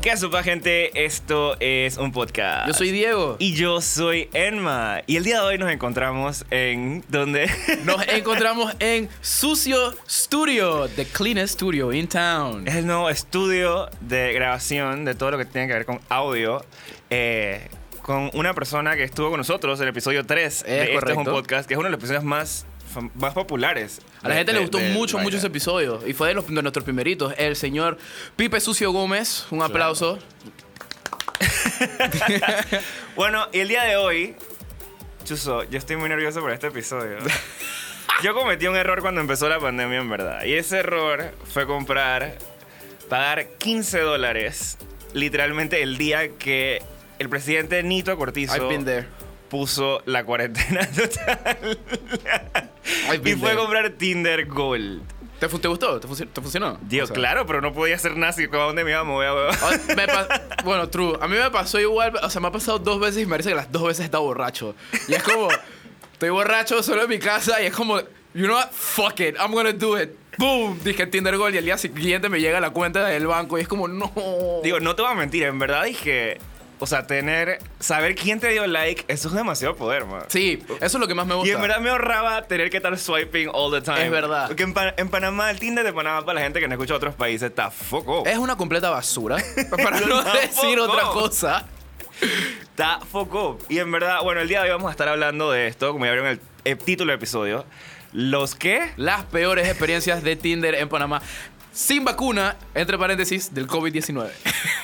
¿Qué asupa, gente? Esto es un podcast. Yo soy Diego. Y yo soy Enma. Y el día de hoy nos encontramos en. ¿Dónde? Nos encontramos en Sucio Studio, the cleanest studio in town. Es el nuevo estudio de grabación de todo lo que tiene que ver con audio. eh, con una persona que estuvo con nosotros en el episodio 3 de Este es un Eh, correcto. podcast, que es uno de los episodios más, fam- más populares. A la de- gente le de- gustó de- mucho, mucho ese episodio. Y fue de, los, de nuestros primeritos. El señor Pipe Sucio Gómez. Un aplauso. Bueno, y el día de hoy, Chuso, yo estoy muy nervioso por este episodio. Yo cometí un error cuando empezó la pandemia, en verdad. Y ese error fue comprar, pagar 15 dólares, literalmente el día que el presidente Nito I've Cortizo been there. puso la cuarentena total. I've Y been fue a there. comprar Tinder Gold. ¿Te, fu- te gustó? ¿Te, func- te funcionó? Digo, O sea, claro, pero no podía hacer nada, así que ¿a dónde me iba a mover? weón? o- me pa- bueno, true. A mí me pasó igual. O sea, me ha pasado dos veces y me parece que las dos veces he estado borracho. Y es como, estoy borracho solo en mi casa y es como, you know what? Fuck it. I'm gonna do it. Boom. Dije Tinder Gold y al día siguiente me llega la cuenta del banco y es como, no. Digo, no te voy a mentir, en verdad dije, o sea, tener, saber quién te dio like, eso es demasiado poder, man. Sí, eso es lo que más me gusta. Y en verdad me ahorraba tener que estar swiping all the time. Es verdad. Porque en, Pa- en Panamá, el Tinder de Panamá, para la gente que no escucha otros países, está foco. Es una completa basura. Para no Tampoco. decir otra cosa. Está foco. Y en verdad, bueno, el día de hoy vamos a estar hablando de esto, como ya vieron el, el título del episodio. Los que... Las peores experiencias de Tinder en Panamá. Sin vacuna, entre paréntesis, del COVID-19.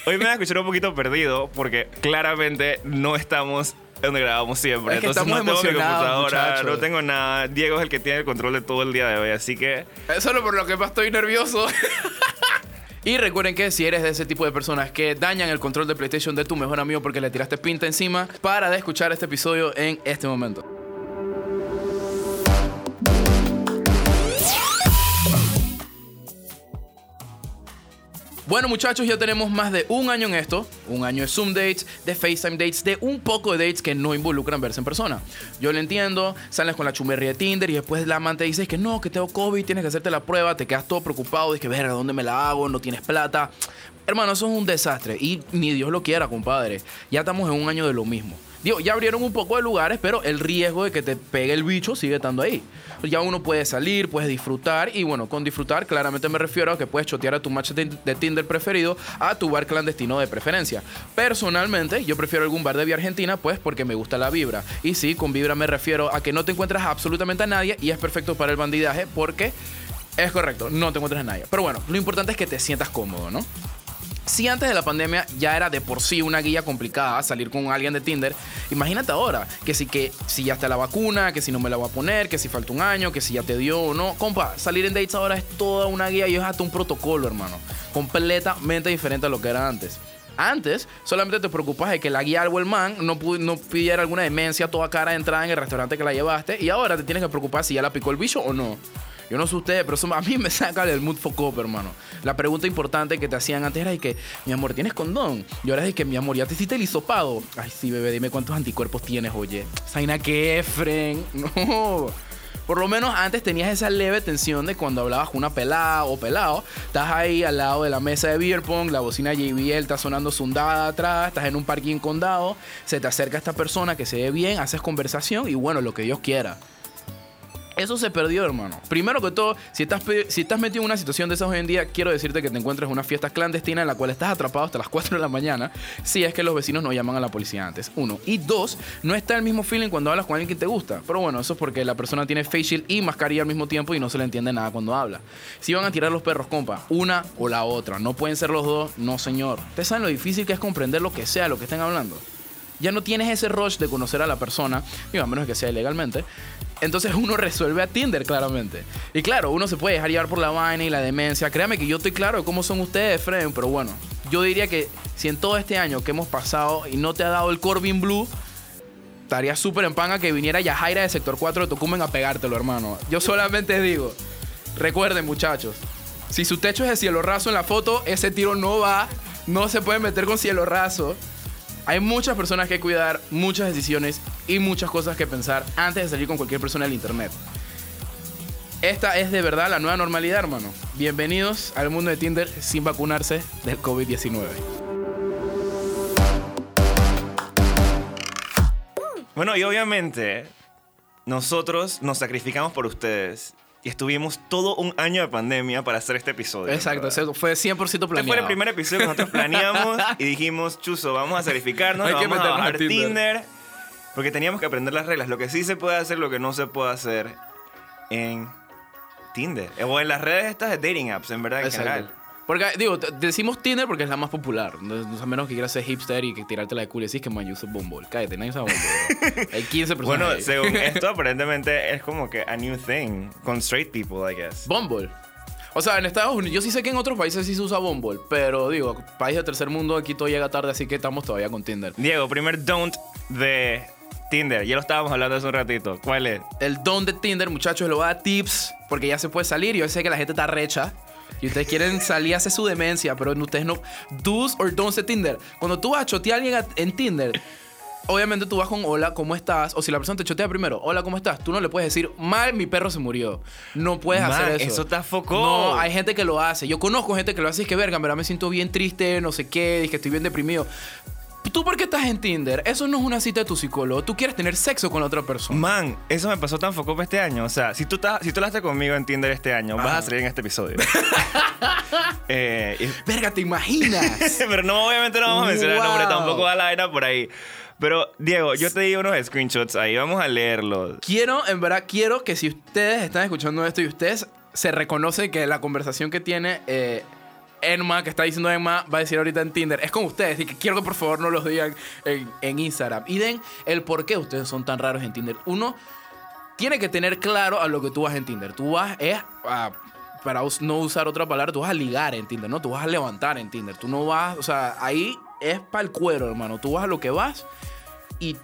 Hoy me van a escuchar un poquito perdido porque claramente no estamos donde grabamos siempre. Es que Entonces estamos no tengo mi emocionados, computadora, muchachos. no tengo nada. Diego es el que tiene el control de todo el día de hoy, así que... Es Eh, Solo por lo que más estoy nervioso. Y recuerden que si eres de ese tipo de personas que dañan el control de PlayStation de tu mejor amigo porque le tiraste pinta encima, para de escuchar este episodio en este momento. Bueno muchachos, ya tenemos más de un año en esto, un año de Zoom dates, de FaceTime dates, de un poco de dates que no involucran verse en persona. Yo lo entiendo, sales con la chumerría de Tinder y después la amante dices que no, que tengo COVID, tienes que hacerte la prueba, te quedas todo preocupado, dices que verga, ¿dónde me la hago? No tienes plata. Hermano, eso es un desastre y ni Dios lo quiera, compadre. Ya estamos en un año de lo mismo. Digo, ya abrieron un poco de lugares, pero el riesgo de que te pegue el bicho sigue estando ahí. Pues Ya uno puede salir, puedes disfrutar, y bueno, con disfrutar claramente me refiero a que puedes chotear a tu match de, de Tinder preferido a tu bar clandestino de preferencia. Personalmente, yo prefiero algún bar de vía argentina, pues porque me gusta la vibra. Y sí, con vibra me refiero a que no te encuentras absolutamente a nadie y es perfecto para el bandidaje porque es correcto, no te encuentras a nadie. Pero bueno, lo importante es que te sientas cómodo, ¿no? Si antes de la pandemia ya era de por sí una guía complicada salir con alguien de Tinder, imagínate ahora, que si, que si ya está la vacuna, que si no me la voy a poner, que si falta un año, que si ya te dio o no. Compa, salir en dates ahora es toda una guía y es hasta un protocolo, hermano. Completamente diferente a lo que era antes. Antes solamente te preocupabas de que la guía o el man no, pu- no pidiera alguna demencia toda cara de entrada en el restaurante que la llevaste y ahora te tienes que preocupar si ya la picó el bicho o no. Yo no sé ustedes, pero eso a mí me saca del mood for cop, hermano. La pregunta importante que te hacían antes era de que, mi amor, ¿tienes condón? Y ahora es de que, mi amor, ¿ya te hiciste el hisopado? Ay, sí, bebé, dime cuántos anticuerpos tienes, oye. Saina, ¿qué, Fren? No. Por lo menos antes tenías esa leve tensión de cuando hablabas con una pelada o pelado. Estás ahí al lado de la mesa de beer pong, la bocina JBL está sonando sundada atrás, estás en un parking condado, se te acerca esta persona que se ve bien, haces conversación y bueno, lo que Dios quiera. Eso se perdió, hermano. Primero que todo, si estás, pe- si estás metido en una situación de esas hoy en día, quiero decirte que te encuentras en una fiesta clandestina en la cual estás atrapado hasta las 4 de la mañana si es que los vecinos no llaman a la policía antes. Uno. Y dos, no está el mismo feeling cuando hablas con alguien que te gusta. Pero bueno, eso es porque la persona tiene facial y mascarilla al mismo tiempo y no se le entiende nada cuando habla. Si van a tirar los perros, compa, una o la otra. No pueden ser los dos, no señor. Ustedes saben lo difícil que es comprender lo que sea, lo que estén hablando. Ya no tienes ese rush de conocer a la persona, digo, a menos que sea ilegalmente. Entonces uno resuelve a Tinder, claramente. Y claro, uno se puede dejar llevar por la vaina y la demencia. Créame que yo estoy claro de cómo son ustedes, Fred, pero bueno, yo diría que si en todo este año que hemos pasado y no te ha dado el Corbin Blue, estaría súper en panga que viniera Yajaira de Sector 4 de Tocumen a pegártelo, hermano. Yo solamente digo, recuerden, muchachos, si su techo es de cielo raso en la foto, ese tiro no va, no se puede meter con cielo raso. Hay muchas personas que cuidar, muchas decisiones y muchas cosas que pensar antes de salir con cualquier persona del internet. Esta es de verdad la nueva normalidad, hermano. Bienvenidos al mundo de Tinder sin vacunarse del COVID-19. Bueno, y obviamente nosotros nos sacrificamos por ustedes y estuvimos todo un año de pandemia para hacer este episodio. Exacto, ¿verdad? eso fue 100% Este planeado. fue el primer episodio que nosotros planeamos y dijimos, chuzo, vamos a sacrificarnos, Hay nos que vamos a meternos a bajar Tinder". Tinder. Porque teníamos que aprender las reglas, lo que sí se puede hacer, lo que no se puede hacer en Tinder. O en las redes estas de dating apps, en verdad, en Exacto. general. Porque, digo, te- decimos Tinder porque es la más popular. No, no- a menos que quieras ser hipster y que tirarte la de culo y decís que man, yo uso Bumble. Cállate, nadie usa Bumble. bro. Hay 15 personas. Bueno, ahí. según esto, aparentemente es como que a new thing con straight people, I guess. Bumble. O sea, en Estados Unidos, yo sí sé que en otros países sí se usa Bumble, pero digo, país de tercer mundo, aquí todo llega tarde, así que estamos todavía con Tinder. Diego, primer don't de Tinder. Ya lo estábamos hablando hace un ratito. ¿Cuál es? El don de Tinder, muchachos, lo va a tips, porque ya se puede salir. Yo sé que la gente está recha. Y ustedes quieren salir a hacer su demencia, pero ustedes no. Do's or don'ts de Tinder. Cuando tú vas a chotear a alguien a- en Tinder, obviamente tú vas con hola, ¿cómo estás? O si la persona te chotea primero, hola, ¿cómo estás? Tú no le puedes decir, mal, mi perro se murió. No puedes Man, hacer eso. eso está foco. No, hay gente que lo hace. Yo conozco gente que lo hace y es que, verga, en verdad me siento bien triste, no sé qué, dije, estoy bien deprimido. ¿Tú por qué estás en Tinder? Eso no es una cita de tu psicólogo. Tú quieres tener sexo con la otra persona. Man, eso me pasó tan foco este año. O sea, si tú, estás- si tú hablaste conmigo en Tinder este año, vas a salir en este episodio. Eh, y- Verga, ¿te imaginas? pero no, obviamente no vamos a mencionar el nombre Wow. tampoco a la era por ahí. Pero, Diego, yo te di unos screenshots ahí. Vamos a leerlos. quiero, en verdad, quiero que si ustedes están escuchando esto y ustedes se reconocen que la conversación que tiene eh, Enma, que está diciendo Enma, va a decir ahorita en Tinder, es con ustedes. Y que quiero que por favor no los digan en, en Instagram. Y den el por qué ustedes son tan raros en Tinder. Uno tiene que tener claro a lo que tú vas en Tinder. Tú vas es a- para us- no usar otra palabra, tú vas a ligar en Tinder, ¿no? Tú vas a levantar en Tinder. Tú no vas, o sea, ahí es para el cuero, hermano. Tú vas a lo que vas y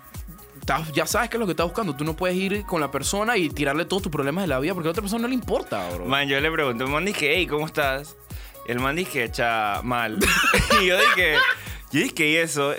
estás- ya sabes qué es lo que estás buscando. Tú no puedes ir con la persona y tirarle todos tus problemas de la vida porque a la otra persona no le importa, bro. Man, yo le pregunté, man, dije, hey, ¿cómo estás? El man dije, echa mal. y yo dije, yo dije, ¿y eso?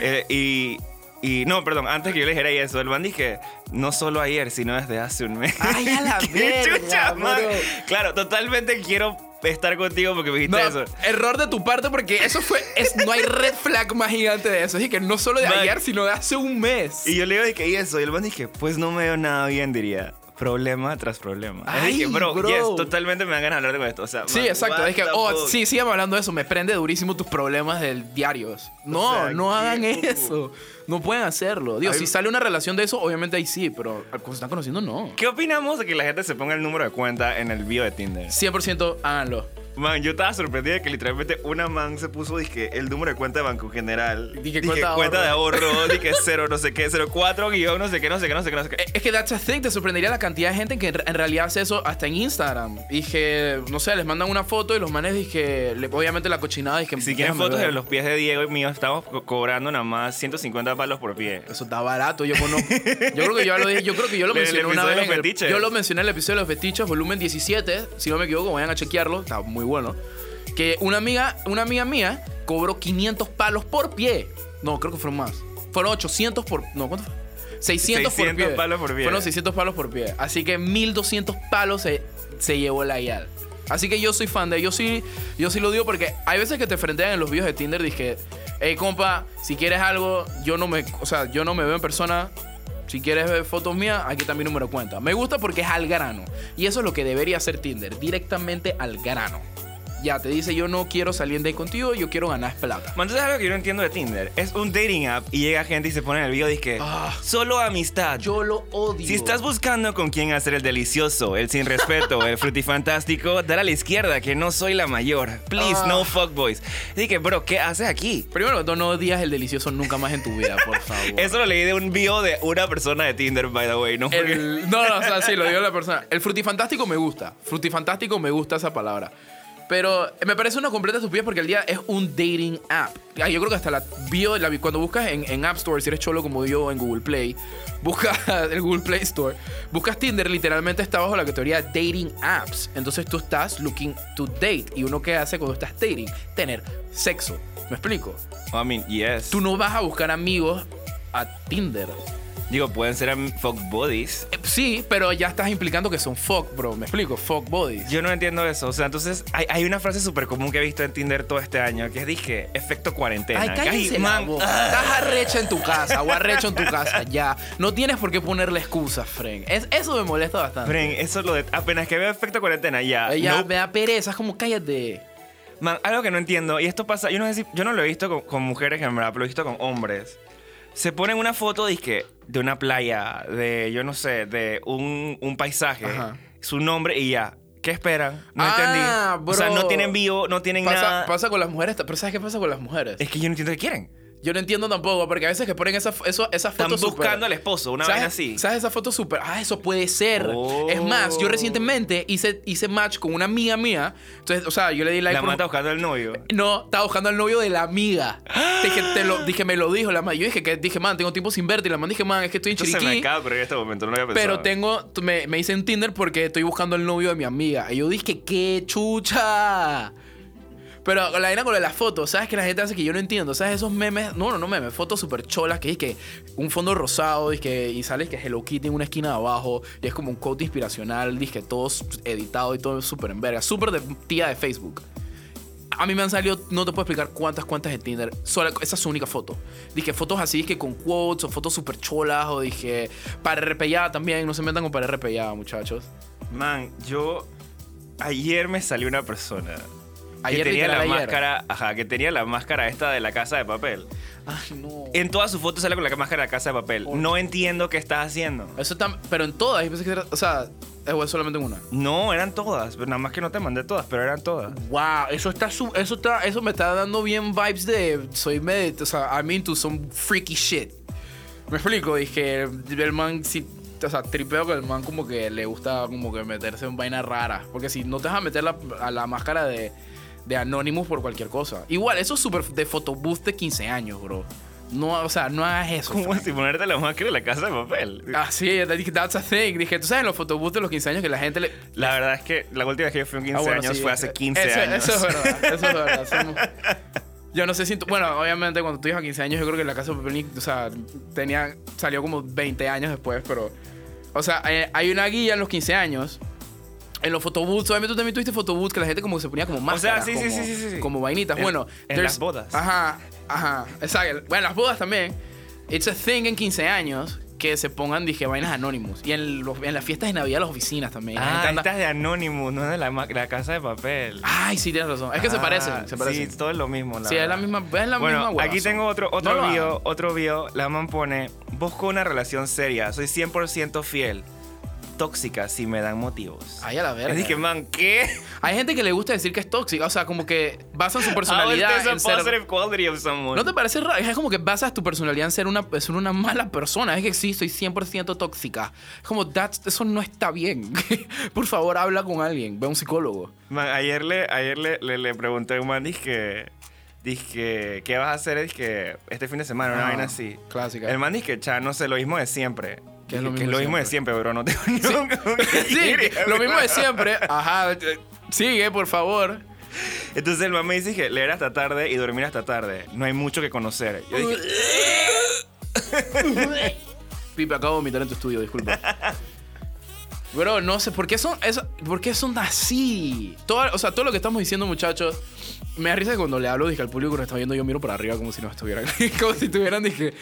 Eh, y, y, no, perdón, antes que yo le dijera y eso, el man dije, no solo ayer, sino desde hace un mes. Ay, a la ¡Qué verga, chucha, man! bro. Claro, totalmente quiero estar contigo porque me No, dijiste eso. error de tu parte porque eso fue, es, no hay red flag más gigante de eso. Así que no solo de Man. ayer, sino de hace un mes. Y yo le digo, dije, ¿y eso? Y el man dije, pues no me veo nada bien, diría. Problema tras problema. Y Ay, dije, bro, bro. yes, totalmente me dan ganas de hablar con esto. O sea, Sí, man, exacto. what Es que, the oh, fuck? sí, sigan hablando de eso. Me prende durísimo tus problemas del diarios. No, sea, no qué hagan poco. eso. No pueden hacerlo. Dios, Ay. si sale una relación de eso, obviamente ahí sí, pero cuando se están conociendo, no. ¿Qué opinamos de que la gente se ponga el número de cuenta en el bio de Tinder? 100% háganlo. Man, yo estaba sorprendido de que literalmente una man se puso dizque, el número de cuenta de Banco General. Dije, cuenta de de ahorro, dije cero, no sé qué, cero cuatro, guión, no sé qué, no sé qué, no sé qué, no sé qué. Eh, Es que that's a thing, te sorprendería la cantidad de gente que en re- en realidad hace eso hasta en Instagram. Dije, no sé, les mandan una foto y los manes dije, le- obviamente la cochinada dije, Si quieren déjame fotos ver. de los pies de Diego y mío, estamos co- cobrando nada más 150 palos por pie. Eso está barato, yo conozco. Yo creo que yo lo dije, yo creo que yo lo En el mencioné una episodio de los vez. en el- fetiches. yo lo mencioné en el episodio de los fetiches, volumen 17, si no me equivoco, vayan a chequearlo, está muy bueno. Que una amiga, una amiga mía cobró 500 palos por pie. No, creo que fueron más. Fueron 800 por no, ¿cuánto fue? 600 600, por pie. palos por pie. Fueron 600 palos por pie. Así que 1200 palos se, se llevó la IAL. Así que yo soy fan de, yo sí, yo sí lo digo porque hay veces que te frentean en los videos de Tinder dije, hey compa, si quieres algo, yo no me, o sea, yo no me veo en persona. Si quieres ver fotos mías, aquí está mi número de cuenta. Me gusta porque es al grano. Y eso es lo que debería hacer Tinder, directamente al grano. Ya, te dice, yo no quiero salir de ahí contigo, yo quiero ganar plata. Man, entonces algo que yo no entiendo de Tinder. Es un dating app y llega gente y se pone en el video dizque, Ah. solo amistad. Yo lo odio. Si estás buscando con quién hacer el delicioso, el sin respeto, el frutifantástico, dale a la izquierda que no soy la mayor. Please, Ah. no fuckboys. Dije, bro, ¿qué haces aquí? Primero que todo, no odias el delicioso nunca más en tu vida, por favor. Eso lo leí de un bio de una persona de Tinder, by the way, ¿no? Porque- El- no, no, o sea, sí, lo digo a la persona. El frutifantástico me gusta. Frutifantástico me gusta esa palabra. Pero me parece una completa estupidez porque el día es un dating app. Ah, Yo creo que hasta la bio, la, cuando buscas en, en App Store, si eres cholo como yo en Google Play, buscas el Google Play Store, buscas Tinder, literalmente está bajo la categoría dating apps. Entonces tú estás looking to date. ¿Y uno qué hace cuando estás dating? Tener sexo. ¿Me explico? I mean, yes. Tú no vas a buscar amigos a Tinder. Digo, pueden ser am- fuck buddies. Eh, Sí, pero ya estás implicando que son fuck, bro. Me explico, fuck bodies. Yo no entiendo eso. O sea, entonces hay, hay una frase súper común que he visto en Tinder todo este año, que es dije, efecto cuarentena. Ay, Que, cállense la man, boca. ah. Estás arrecha en tu casa o arrecho en tu casa, ya. No tienes por qué ponerle excusas, Fren. Es, eso me molesta bastante. Fren, eso es lo de... Apenas que veo efecto cuarentena, ya. Ella nope. me da pereza, es como cállate. Man, algo que no entiendo, y esto pasa, yo no, sé si- yo no lo he visto con, con mujeres, en verdad, pero lo he visto con hombres. Se ponen una foto dizque, de una playa, de, yo no sé, de un, un paisaje, Ajá. su nombre y ya. ¿Qué esperan? No Ah, entendí. O sea, bro. no tienen vivo, no tienen Pasa, nada. pasa con las mujeres, pero ¿sabes qué pasa con las mujeres? Es que yo no entiendo qué quieren. Yo no entiendo tampoco, porque a veces que ponen esas eso- esas Están fotos buscando súper- al esposo, una ¿Sabes? vaina así. ¿Sabes esa foto súper? Ah, eso puede ser. Oh. Es más, yo recientemente hice, hice match con una amiga mía. Entonces, o sea, yo le di like. La por un- mata buscando al novio. No, estaba buscando al novio de la amiga. Dije, te lo, dije, me lo dijo la man. Yo dije, que, dije, man, tengo tiempo sin verte. Y la man dije, man, es que estoy en Esto se me Chiriquí. acaba, pero en este momento no lo había pensado. Pero tengo, me, me hice en Tinder porque estoy buscando el novio de mi amiga. Y yo dije, ¡qué chucha! Pero la vaina con lo de las fotos, ¿sabes? Que la gente hace que yo no entiendo. ¿Sabes? Esos memes, no, no, no memes, fotos súper cholas que es que un fondo rosado dizque, y sale que Hello Kitty en una esquina de abajo y es como un quote inspiracional, dije todo s- editado y todo súper en verga. Súper de tía de Facebook. A mí me han salido, no te puedo explicar cuántas, cuántas de Tinder. Sola, esa es su única foto. Dije fotos así, dije con quotes o fotos súper cholas o dije para RPA también. No se metan con para RPA, muchachos. Man, yo... Ayer me salió una persona. Ayer que tenía la literal, ayer. máscara, ajá, que tenía la máscara esta de la casa de papel. Ay, no. En todas sus fotos sale con la máscara de la casa de papel. No entiendo qué estás haciendo. Eso tam- pero en todas, yo pensé que era- o sea, eh, o es solamente en una. No, eran todas, pero nada más que no te mandé todas, pero eran todas. Wow, eso está su- eso está eso me está dando bien vibes de soy med, o sea, I'm into some freaky shit. Me explico, dije, el man si o sea, tripeo que el man como que le gusta como que meterse en vainas raras, porque si no te vas a meter la- a la máscara de de Anonymous por cualquier cosa. Igual, eso es súper de photobooth de 15 años, bro. No, o sea, no hagas eso. Como Frank. si ponerte la máscara de la casa de papel. Ah, sí, dije, that's a thing. Dije, tú sabes, los photobooths de los 15 años que la gente le, La verdad es que la última vez que yo fui a 15 Ah, bueno, años sí, fue eh, hace 15 eso- años. Eso es verdad, eso es verdad. somos- yo no sé si. tú- Bueno, obviamente cuando tú ibas a 15 años, yo creo que la casa de papel, ni- o sea, tenía, salió como 20 años después, pero. O sea, eh, hay una guía en los 15 años. En los photobooths, obviamente tú también tuviste photobooths que la gente como que se ponía como máscaras. sí, sí, como, sí, sí, sí, sí. Como vainitas. En- bueno, en there's- las bodas. Ajá, ajá. Exacto. Bueno, las bodas también. It's a thing en 15 años que se pongan, dije, vainas anónimos. Y en, los- en las fiestas de Navidad, las oficinas también. La gente Ah, anda- estas de Anonymous, no de la, ma- la casa de papel. Ay, sí, tienes razón. Es que se Ah, parecen, se parecen. Sí, todo es lo mismo. La Sí, es la verdad. misma- es la bueno, misma huevazón. Aquí tengo otro, otro No lo video, otro video. La man pone, busco una relación seria, soy 100% fiel, tóxica si me dan motivos. Ay, a la verga. Y dije, man, ¿qué? Hay gente que le gusta decir que es tóxica, o sea, como que basan Ah, su personalidad How en is this a ser... positive quality of someone? ¿No te parece raro? Es como que basas tu personalidad en ser una, ser una mala persona. Es que sí, soy 100% tóxica. Es como, that's- eso no está bien. Por favor, habla con alguien. Ve a un psicólogo. Man, ayer le, ayer le, le, le pregunté a un man, dije, dije, ¿qué vas a hacer dizque, este fin de semana? Una Ah, vaina así. clásica. El man dije, cha, no sé, lo mismo de siempre. ¿Qué es Dije, lo "Que mismo de de siempre, bro. No tengo nunca. Sí, lo mismo de siempre. Ajá, eh, sigue, por favor. Entonces el man me dice que leer hasta tarde y dormir hasta tarde. No hay mucho que conocer. Yo dije, Pipe, acabo de vomitar en tu estudio, disculpa. Bro, no sé, ¿por qué son, eso, ¿por qué son así? Todo, o sea, todo lo que estamos diciendo, muchachos, me da risa que cuando le hablo dije, al público que nos está viendo, yo miro para arriba como si no estuvieran. como si estuvieran, dije.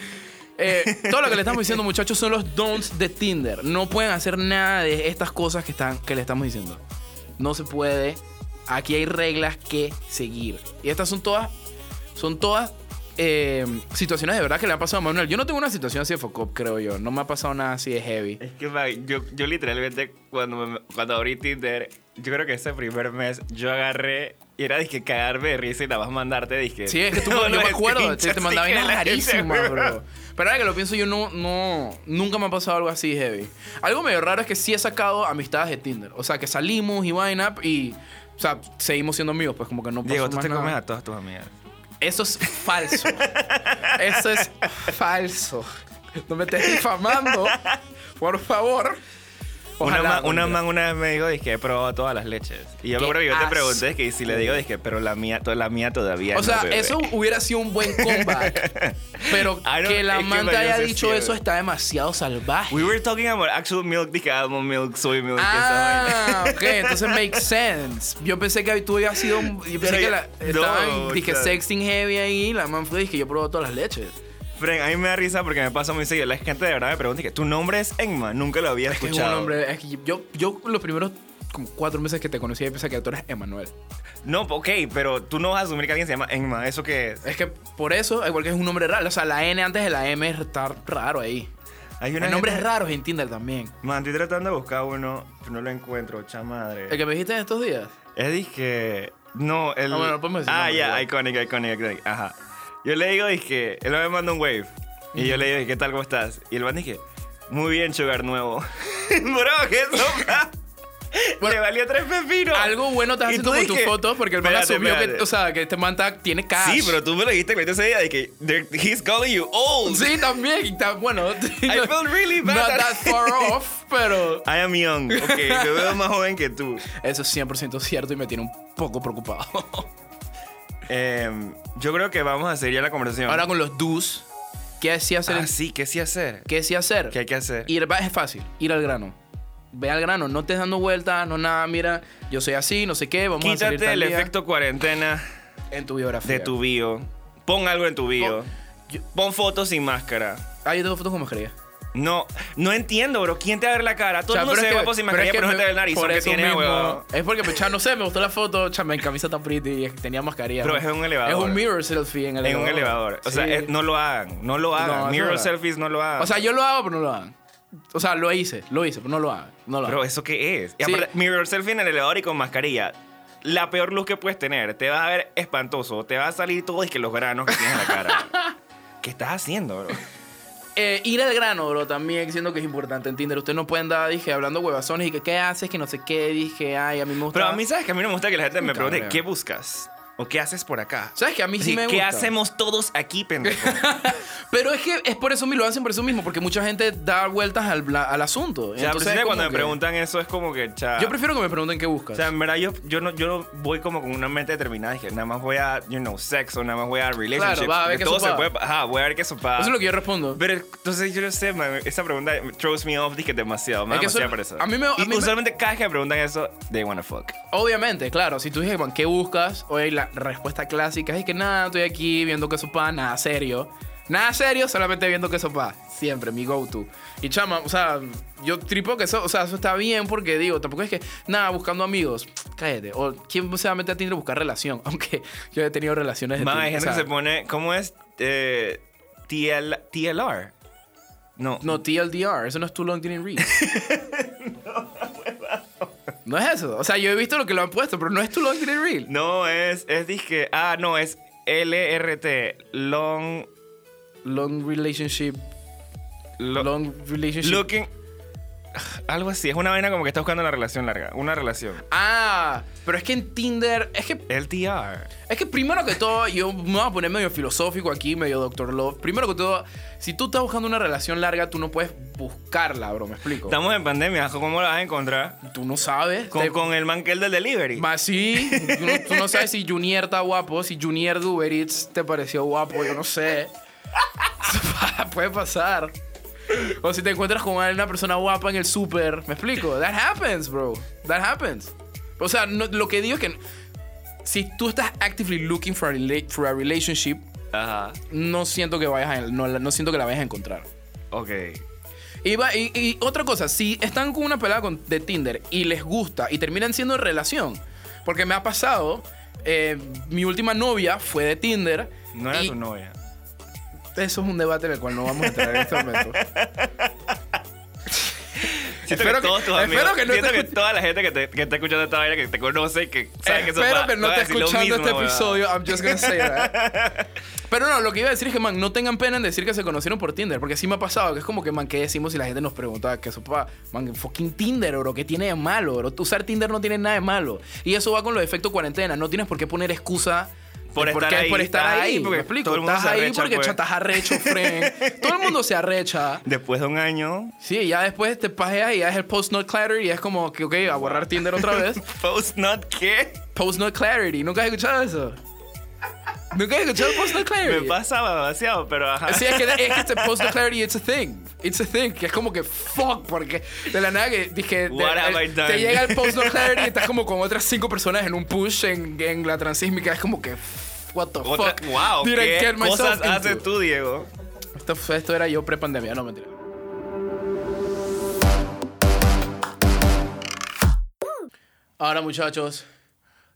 eh, todo lo que le estamos diciendo, muchachos, son los don'ts de Tinder. No pueden hacer nada de estas cosas que, están, que le estamos diciendo. No se puede. Aquí hay reglas que seguir. Y estas son todas son todas eh, situaciones de verdad que le han pasado a Manuel. Yo no tengo una situación así de Focop, creo yo. No me ha pasado nada así de heavy. es que man, yo, yo literalmente cuando, me- cuando abrí Tinder, yo creo que ese primer mes yo agarré y era dije cagarme de risa y nada más mandarte dije. este Sí, es que tú, todos yo me los acuerdo, te, screenshots te mandaba dije, vainas la gente, rarísimas, bro. Pero ahora que lo pienso, yo no, no, nunca me ha pasado algo así heavy. Algo medio raro es que sí he sacado amistades de Tinder. O sea, que salimos y vaina y, o sea, seguimos siendo amigos, pues como que no pasó Diego, tú más te nada. comes a todas tus amigas. Eso es falso. Eso es falso. No me estés difamando. Por favor. Una, Ojalá, man, una hombre. man una vez me dijo, dije, he probado todas las leches. Y yo me Qué acuerdo que yo te asco. pregunté, que si le digo, dije, pero la mía, to- la mía todavía O no, sea, bebé". eso hubiera sido un buen comeback. pero I don't- que la es que man te me haya dio dicho fiebre. eso está demasiado salvaje. We were talking about actual milk, dije, almond milk, soy milk, esa vaina. Ah, ok, entonces make sense. Yo pensé que tú habías sido. un- Yo pensé Pero que ya- la, no, estaban, dije, claro. sexting heavy ahí. y La man fue, dije, yo probé todas las leches. Fren, a mí me da risa porque me pasa muy seguido. La gente de verdad me pregunta, dije, ¿tu nombre es Enma? Nunca lo había Que es escuchado. un hombre. es que yo, yo, los primeros como cuatro meses que te conocí, yo pensé que tú eres Emanuel. No, ok, pero tú no vas a asumir que alguien se llama Enma. ¿Eso que es? Es que por eso, igual que es un nombre raro. O sea, la N antes de la M está raro ahí. Hay Hay nombres gente- raros en Tinder también. Man, estoy tratando de buscar uno, pero no lo encuentro, chamadre. El que me dijiste en estos días. Es dije. No, el. Ah, bueno, podemos decir Ah, nombre, ya, ya. iconic, iconic, iconic. Ajá. Yo le digo, dije. Él me manda un wave. Y yo le digo, ¿qué tal, cómo estás? Y el man dije, muy bien, sugar nuevo. Bro, ¿qué sopa? Bueno, le valió tres pepinos. Algo bueno Y estás haciendo tú con tus dije, fotos porque el man espérate, asumió que, espérate. o sea, que este man está- tiene cash. Sí, pero tú me lo dijiste clarito ese día de que "They're- he's calling you old. Sí, también. y ta- bueno, I felt really bad. not that far off, pero. I am young. Ok, me veo más joven que tú. Eso es 100% cierto y me tiene un poco preocupado. Em, yo creo que vamos a seguir ya la conversación. Ahora con los do's, ¿qué sí hacer? en- ah, sí, ¿qué sí hacer? ¿Qué sí hacer? ¿Qué hay que hacer? Ir, va- es fácil, ir al grano. Ve al grano, no estés dando vueltas, no nada, mira, yo soy así, no sé qué, vamos a salir Quítate tal el día. efecto cuarentena en tu biografía. de tu bio. Pon algo en tu bio. yo- Pon fotos sin máscara. Ah, yo tengo fotos con mascarilla. No, no entiendo, bro. ¿Quién te va a ver la cara? Todo O sea, el mundo se ve es que- guapo sin mascarilla, es que pero no te ve el me- nariz. por que eso tiene, mismo, weón. Es porque, pues, ya no sé, me gustó la foto, chame, en camisa tan pretty y es que tenía mascarilla. Bro, ¿no? es en un elevador. Es un mirror selfie en el En un elevador. O sea, Sí. eh, no lo hagan. No lo hagan. No, eso Mirror no. selfies no lo hagan. O sea, yo lo hago, pero no lo hagan. O sea, lo hice, lo hice, pero no lo hagan. No lo Bro, hagan. ¿eso qué es? Y Sí. aparte, mirror selfie en el elevador y con mascarilla. La peor luz que puedes tener. Te vas a ver espantoso. Te va a salir todo y que los granos que tienes en la cara. ¿Qué estás haciendo, bro? Eh, ir al grano, bro, también siento que es importante en Tinder. Ustedes no pueden andar, dije, hablando huevazones y que qué haces, que no sé qué, dije, ay, a mí me gusta. Pero a mí, ¿sabes que A mí no me gusta que la gente me Puta, pregunte bro. qué buscas o qué haces por acá. ¿Sabes que A mí sí Así, me gusta. ¿Qué hacemos todos aquí, pendejo? Pero es que es por eso mismo, lo hacen por eso mismo, porque mucha gente da vueltas al, bla- al asunto. o sea, al Entonces, principio es como cuando me que- preguntan eso es como que, cha, Yo prefiero que me pregunten qué O buscas. sea, en verdad yo, yo, no, yo no voy como con una mente determinada. Dije, nada más voy a, you know, sexo, nada más voy a relationships. va a ver que qué todo se sopa. puede, Ajá, voy a ver qué sopa. eso es lo que yo respondo. Pero entonces yo no sé, man, esa pregunta throws me off, dije demasiado, me Es da que eso- demasiada pereza. a mí me- a Y mí me- usualmente cada vez que me preguntan eso, they wanna fuck. Obviamente, claro, si tú dices, "Man, ¿qué buscas? Oye, la respuesta clásica es que nada, estoy aquí viendo queso pa, nada serio. Nada serio, solamente viendo queso pa. Siempre, mi go-to. Y chama, o sea, yo tripo que eso, o sea, eso está bien porque digo, tampoco es que, nada, buscando amigos, cállate. O quién se va a meter a Tinder a buscar relación, aunque yo he tenido relaciones de Man, hay Tinder, gente o sea, que se pone, ¿cómo es? Eh, TL, TLR. No. No, TLDR, eso no es Too Long Didn't Read. no, es eso. O sea, yo he visto lo que lo han puesto, pero no es Too Long Didn't Read. No, es, es disque. Ah, no, es LRT. Long. Long Relationship lo- long relationship. looking. Algo así. Es una vaina como que está buscando una relación larga. Una relación. Ah, pero es que en Tinder, es que, LTR. es que primero que todo, yo me voy a poner medio filosófico aquí, medio Doctor Love. Primero que todo, si tú estás buscando una relación larga, tú no puedes buscarla, bro, me explico. Estamos en pandemia. ¿Cómo la vas a encontrar? Tú no sabes. Con, te- con el man que es del delivery. Más sí, tú no, tú no sabes si Junior está guapo, si Junior de Uber Eats te pareció guapo, yo no sé. Puede pasar. O si te encuentras con una persona guapa en el súper, me explico. That happens, bro. That happens. O sea, no- lo que digo es que si tú estás actively looking for a, rela- for a relationship, Ajá. no siento que vayas a- no, la- no siento que la vayas a encontrar. Ok. Y, va- y- y otra cosa, si están con una pelada con- de Tinder y les gusta y terminan siendo en relación, porque me ha pasado, eh, mi última novia fue de Tinder. No era y tu novia. Eso es un debate en el cual no vamos a entrar en este momento. Siento que Espero que- todos tus espero amigos. que no te siento que escuche- toda la gente que, te, que está escuchando esta vaina, que te conoce, que sabe que eso Espero va- que Eh, va no a esté decir lo escuchando mismo, este weón. episodio. I'm just gonna say that. Pero no, lo que iba a decir es que, man, no tengan pena en decir que se conocieron por Tinder. Porque sí me ha pasado que es como que, man, ¿qué decimos si la gente nos pregunta que eso, pa, man, fucking Tinder, bro? ¿Qué tiene de malo, bro? Usar Tinder no tiene nada de malo. Y eso va con los efectos cuarentena. No tienes por qué poner excusa Por ¿Por estar qué? ahí. Por estar Estás ahí. ahí porque ¿Me explico? todo el mundo estás se ahí arrecha, porque pues. estás arrecho, friend. todo el mundo se arrecha. Después de un año, Sí, ya después te pajeas y ya es el post not clarity y es como que, ok, a borrar Tinder otra vez. post not qué. Post not clarity. ¿Nunca has escuchado eso? ¿Nunca has escuchado post not Me clarity? pasaba demasiado, pero ajá. Sí, es que, es que este post not clarity it's a thing. It's a thing. Que es como que fuck, porque de la nada que dije. te- What have I te, done? llega el post not clarity y estás como con otras cinco personas en un push en, en la transísmica. Es como que. What the Otra- fuck? wow, did I ¿qué get myself cosas into? haces tú, Diego? Esto, fue- esto era yo prepandemia, no mentira. Ahora, muchachos,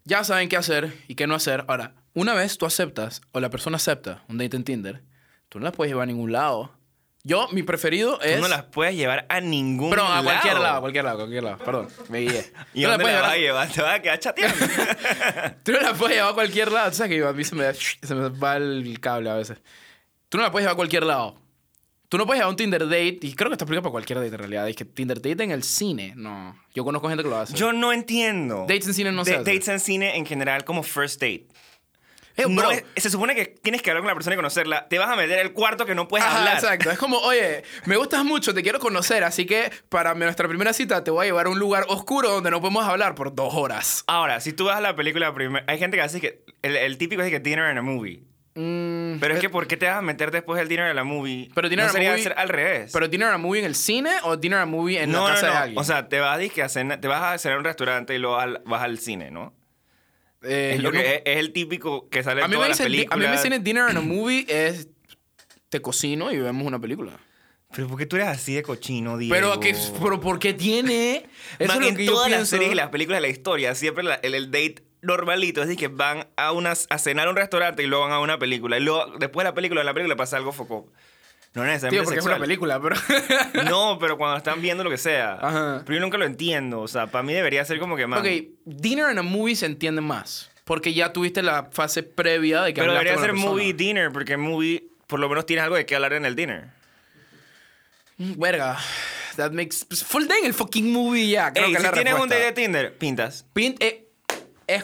ya saben qué hacer y qué no hacer. Ahora, una vez tú aceptas o la persona acepta un date en Tinder, tú no la puedes llevar a ningún lado. Yo, mi preferido es. Tú no las puedes llevar a ningún Pero lado. a cualquier lado, a cualquier lado, a cualquier lado. Perdón, me guié. ¿Y Tú no la dónde puedes la vas a llevar llevar? Te vas a quedar chateando. Tú no la puedes llevar a cualquier lado. Tú sabes que yo- a mí se me, da- se me va el cable a veces. Tú no la puedes llevar a cualquier lado. Tú no puedes llevar un Tinder date. Y creo que está aplicado para cualquier date en realidad. Es que Tinder date en el cine. No. Yo conozco gente que lo hace. Yo no entiendo. Dates en cine no se Da- hace. Dates en cine en general como first date. Eh, No bro. es- se supone que tienes que hablar con la persona y conocerla. Te vas a meter al cuarto que no puedes Ajá, hablar. exacto. Es como, oye, me gustas mucho, te quiero conocer, así que para nuestra primera cita te voy a llevar a un lugar oscuro donde no podemos hablar por dos horas. Ahora, si tú vas a la película primero, hay gente que hace que el, el típico es que dinner and a movie. Mm, Pero es que ¿por qué te vas a meter después del Eh. dinner and a movie? Pero dinner no and a sería movie- hacer al revés. ¿Pero dinner and a movie en el cine o dinner and a movie en no, la casa no, de no. alguien? O sea, te vas a disque a cenar- te vas a cenar a un restaurante y luego al- vas al cine, ¿no? Eh, Es, yo lo nunca- que, es, es el típico que sale a en mí, me todas las dicen, di- a películas. mí me dicen el dinner and a movie es te cocino y vemos una película. Pero ¿por qué tú eres así de cochino, Diego? Pero, que, pero ¿por qué tiene? Eso Man, es en lo que yo todas pienso. las series y las películas de la historia, siempre la- el, el date normalito es decir que van a, una, a cenar a un restaurante y luego van a una película. Y luego, después de la película, en la película pasa algo foco. No necesariamente Tío, porque es una sexual. película, pero... No, pero cuando están viendo lo que sea. Ajá. Pero yo nunca lo entiendo. O sea, para mí debería ser como que más. ok, dinner and a movie se entiende más. Porque ya tuviste la fase previa de que pero hablaste debería con la ser persona. movie dinner, porque movie, por lo menos tienes algo de qué hablar en el dinner. Mm, Verga. That makes... pues, Full day en el fucking movie ya. Creo Ey, que es si la tienes un respuesta. date de Tinder, pintas. Pin- eh, es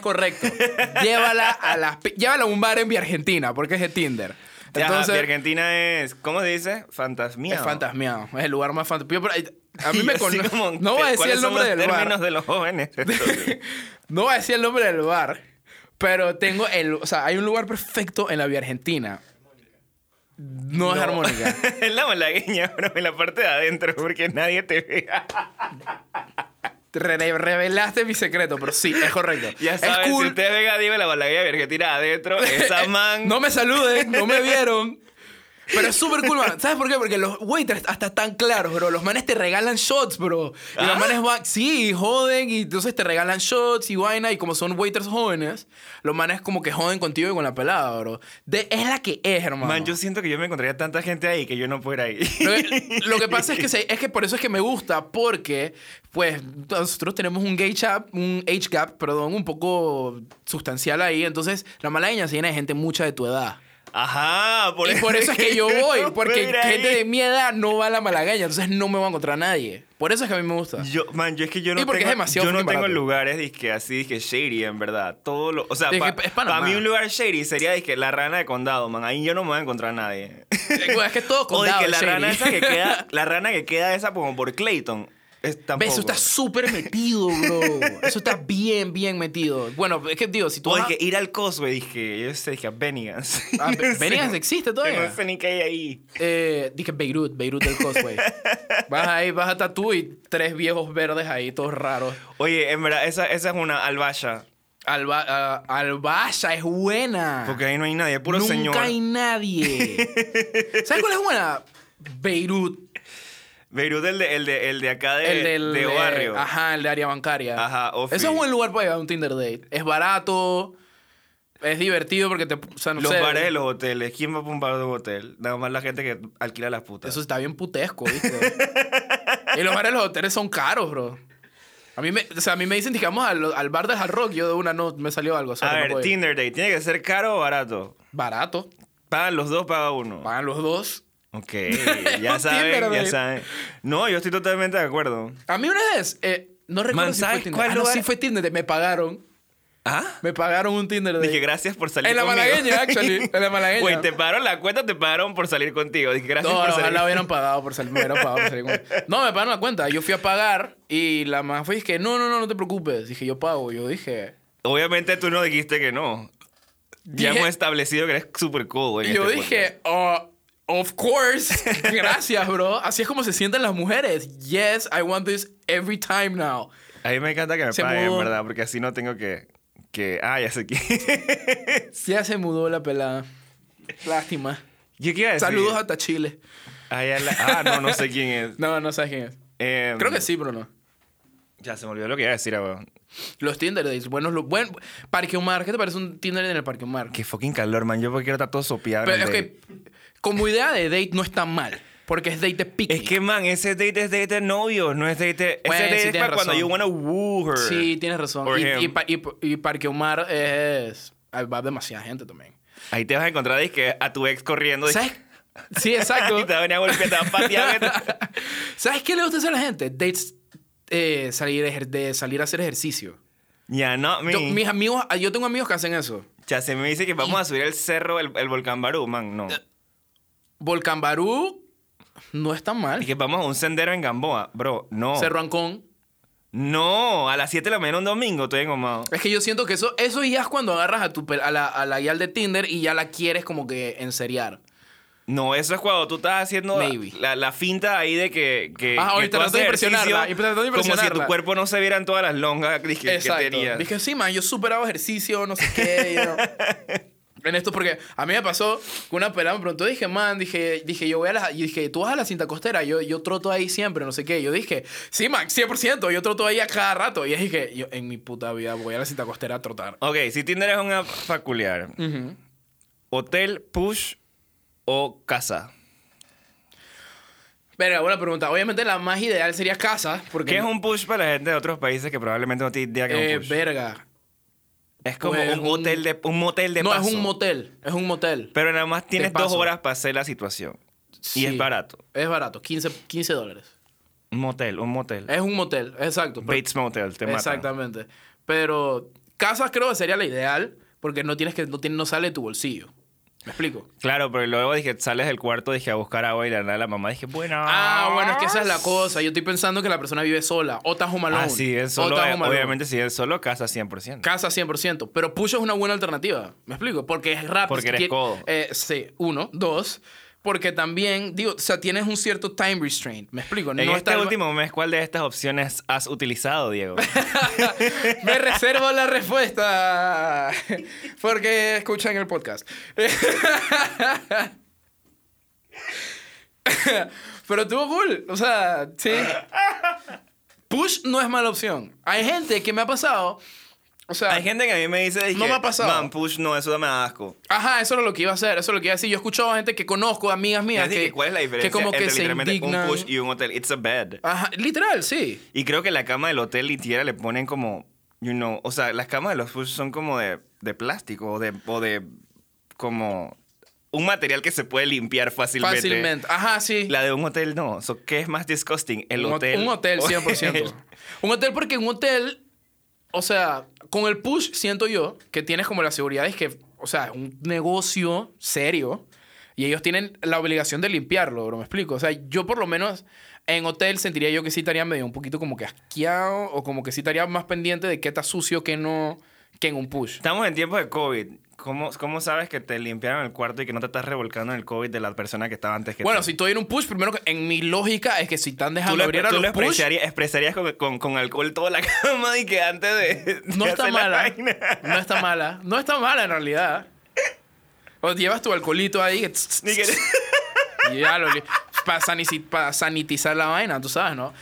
correcto. llévala, a las, pi- llévala a un bar en Vía Argentina, porque es de Tinder. Ajá, Entonces, de Argentina es, ¿cómo se dice? Fantasmía. Es fantasmiado. Es el lugar más fantasmiado. A mí me Yo así cono- como, No voy a decir ¿cuáles el son nombre los del términos bar. de los jóvenes. No voy a decir el nombre del bar. Pero tengo el. O sea, hay un lugar perfecto en la vía argentina. No, es armónica. es la malagueña, pero en la parte de adentro, porque nadie te ve. Re- revelaste mi secreto, pero sí, es correcto. Ya es sabes, cool. si usted ve a Diego, la malagueña Argentina adentro, esa man... No me saluden, no me vieron. Pero es súper cool, man. ¿Sabes por qué? Porque los waiters hasta están claros, bro. Los manes te regalan shots, bro. Y Ah. los manes van, sí, y joden, y entonces te regalan shots y vaina. Y como son waiters jóvenes, los manes como que joden contigo y con la pelada, bro. De- es la que es, hermano. Man, yo siento que yo me encontraría tanta gente ahí que yo no pudiera ir. Lo que, lo que pasa es que, se- es que por eso es que me gusta, porque pues nosotros tenemos un gay gap, un age gap, perdón, un poco sustancial ahí. Entonces, la malagueña se llena de gente mucha de tu edad. Ajá, por, Y por eso es que yo voy, no porque puedo ir ahí. gente de mi edad no va a la malagueña, entonces no me va a encontrar nadie. Por eso es que a mí me gusta. Yo, man, yo es que yo Y no porque es tengo, demasiado yo no fucking tengo barato. lugares disque, así dizque shady, en verdad. Todo lo, o sea, Dizque, para es Panamá. mí un lugar shady sería dizque, la rana de condado, man. Ahí yo no me voy a encontrar a nadie. Güey, es que todo o condado dizque es la shady. rana esa que queda, la rana que queda esa como por Clayton. Es, Ve, eso tampoco. está súper metido, bro. Eso está bien, bien metido. Bueno, es que digo, si tú O vas a- dizque ir al Cosway, dije, yo sé, dizque a Bennigan's. Ah, Be- Bennigan's existe todavía. Yo no sé ni qué hay ahí. Eh, dije Beirut, Beirut del Cosway. vas ahí, vas a Tatú y tres viejos verdes ahí, todos raros. Oye, en verdad, esa, esa es una albaya. Alba, ah, Albaya es buena. Porque ahí no hay nadie, puro Nunca señor. hay nadie. ¿Sabes cuál es buena? Beirut. Beirut, el de, el de, el de acá de, el del de eh, barrio. ajá, el de área bancaria. Ajá, Ofi. Eso es un buen lugar para llevar un Tinder date. Es barato, es divertido porque te. O sea, no los sé, bares de los hoteles. ¿Quién va a un bar de un hotel? Nada más la gente que alquila las putas. Eso está bien putesco, ¿viste? y los bares de los hoteles son caros, bro. A mí me, o sea, a mí me dicen, digamos, al, al bar de Hard Rock, yo de una no me salió algo. a sorry, no ver, puedo ir. Tinder Day. ¿Tiene que ser caro o barato? Barato, Pagan los dos, paga uno. pagan los dos. ok, Un ya Tinder saben, ya Date. saben. No, yo estoy totalmente de acuerdo. A mí una vez, eh, no recuerdo Man, si fue ¿sabes Tinder. cuál Ah, no, lugar? sí fue Tinder, me pagaron. ¿Ah? Me pagaron un Tinder date. Dije, gracias por salir En la conmigo. malagueña, actually. En la malagueña. Güey, te pagaron la cuenta, te pagaron por salir contigo. Dije, gracias No, por no, salir. ojalá hubieran pagado por salir. Me hubieran pagado por salir con- No, me pagaron la cuenta. Yo fui a pagar y la más fue dije, no, no, no, no te preocupes. Dije, yo pago. Yo dije. Obviamente tú no dijiste que no. Ya Dije- hemos establecido que eres super cool, güey. en Y yo este dije, "Oh, of course. Gracias, bro. Así es como se sienten las mujeres. Yes, I want this every time now. podcast. A mí me encanta que me Se paguen, mudó. ¿verdad? Porque así no tengo que... que... Ah, ya sé qué. Ya se mudó la pelada. Lástima. yo qué iba a decir. Saludos hasta Chile. Ah, ya la- ah, no, no sé quién es. No, no sabes quién es. Em, Creo que sí, pero no. Ya se me olvidó lo que iba a decir, ah, weón. Los Tinder dates, buenos, los buen Parque Omar, ¿qué te parece un Tinder en el Parque Omar? Qué fucking calor, man. Yo porque quiero estar todo sopeado. en Pero es el que como idea de date no está mal, porque es date de Es picnic. que, man, ese date es date de novios, no es date... de- Ese Bueno, sí date es tienes para cuando razón. you wanna woo her. sí, tienes razón. Or Y, y him. pa- y- y Parque Omar es ahí va demasiada gente también. Ahí te vas a encontrar dizque, a tu ex corriendo. dizque, ¿Sabes? Sí, Y exacto. te va a venir a golpear, te va a patear. vete. ¿Sabes qué le gusta hacer a la gente? Dates eh, salir, a ejer- de salir a hacer ejercicio. Ya, no, Yo, mi. mis amigos, ah, yo tengo amigos que hacen eso. Ya se me dice que vamos a subir el cerro, el, el volcán Barú, man, no. Eh. Volcán Barú no está Y mal. que vamos a un sendero en Gamboa, bro, no. Cerro Ancón. No, a las 7 de la mañana un domingo estoy engomado. Es que yo siento que eso, eso ya es cuando agarras a tu pel- a la, a la guial de Tinder y ya la quieres como que enseriar. No, eso es cuando tú estás haciendo la- Maybe. la, la finta ahí de que. que Ah, que tú ahorita tratando de haces impresionarla, ejercicio y tratando de Como si impresionarla. tu cuerpo no se viera en todas las longas que, que Exacto. tenías. Dije, sí, man, yo superaba ejercicio, no sé qué. yo no- En esto, porque a mí me pasó que una pelada me preguntó, dije, man, dije, dije, yo voy a la, y dije, tú vas a la cinta costera, yo, yo troto ahí siempre, no sé qué. Yo dije, sí, man, 100%, yo troto ahí a cada rato. Y ella dije, yo en mi puta vida voy a la cinta costera a trotar. Ok, si Tinder es una peculiar. Ujú. ¿Hotel, push o casa? Verga, buena pregunta. Obviamente la más ideal sería casa, porque... ¿Qué es un push para la gente de otros países que probablemente no tiene idea que Eh, es un push? verga. es como pues, un, un- hotel de, un motel de No, paso. es un motel, es un motel. Pero nada más tienes De paso. dos horas para hacer la situación. Y es Sí, barato. Es barato, 15, 15 dólares. Un motel, un motel. Es un motel, exacto. pero- Bates Motel, te matan. Exactamente. Pero casas creo que sería la ideal porque no tienes que no tiene, no sale de tu bolsillo. ¿Me explico? Claro, pero luego dije, sales del cuarto, dije a buscar agua y la nada la mamá dije, bueno. Ah, bueno, es que esa es la cosa. Yo estoy pensando que la persona vive sola o está home alone. Ah, sí, él o solo, está home alone. obviamente si él solo casa 100%. Casa 100%. Pero Push es una buena alternativa. ¿Me explico? Porque es rápido. Porque eres Tien- codo. eh, sí, uno. Dos, porque también, digo, o sea, tienes un cierto time restraint. ¿Me explico? en este está- último mes, ¿cuál de estas opciones has utilizado, Diego? Me reservo la respuesta. Porque escuchan el podcast. Pero estuvo cool. O sea, sí. Push no es mala opción. Hay gente que me ha pasado. O sea, Hay gente que a mí me dice, dije, No me ha pasado. Man, push, no, eso me da asco. ajá, eso era lo que iba a hacer. Eso es lo que iba a decir. Yo he escuchado a gente que conozco, amigas Ya mías. dije, Que, ¿Cuál es la diferencia que como que entre se literalmente indignan. un push y un hotel? It's a bed. Ajá, literal, sí. Y creo que la cama del hotel literal le ponen como, you know, o sea, las camas de los push son como de, de plástico o de, o de como un material que se puede limpiar fácilmente. Fácilmente. Ajá, sí. La de un hotel no. So, ¿Qué es más disgusting? El un, hot- hotel. Un hotel, 100%. un hotel porque un hotel, o sea, con el push siento yo que tienes como la seguridad es que, o sea, es un negocio serio y ellos tienen la obligación de limpiarlo, bro, me explico. O sea, yo por lo menos en hotel sentiría yo que sí estaría medio un poquito como que asqueado o como que sí estaría más pendiente de qué está sucio que no que en un push. Estamos en tiempos de COVID. ¿Cómo, ¿Cómo sabes que te limpiaron el cuarto y que no te estás revolcando en el COVID de la persona que estaba antes que Bueno, tú? si estoy en un push, primero que en mi lógica es que si están Tú dejando lo, abrir a tú los lo push, expresarías, expresarías con, con- con alcohol toda la cama y que antes de. No de está hacer la mala. vaina. No está mala. No está mala en realidad. O llevas tu alcoholito ahí que tss, Ni tss, que- y ya lo para sanitizar la vaina, tú sabes, ¿no?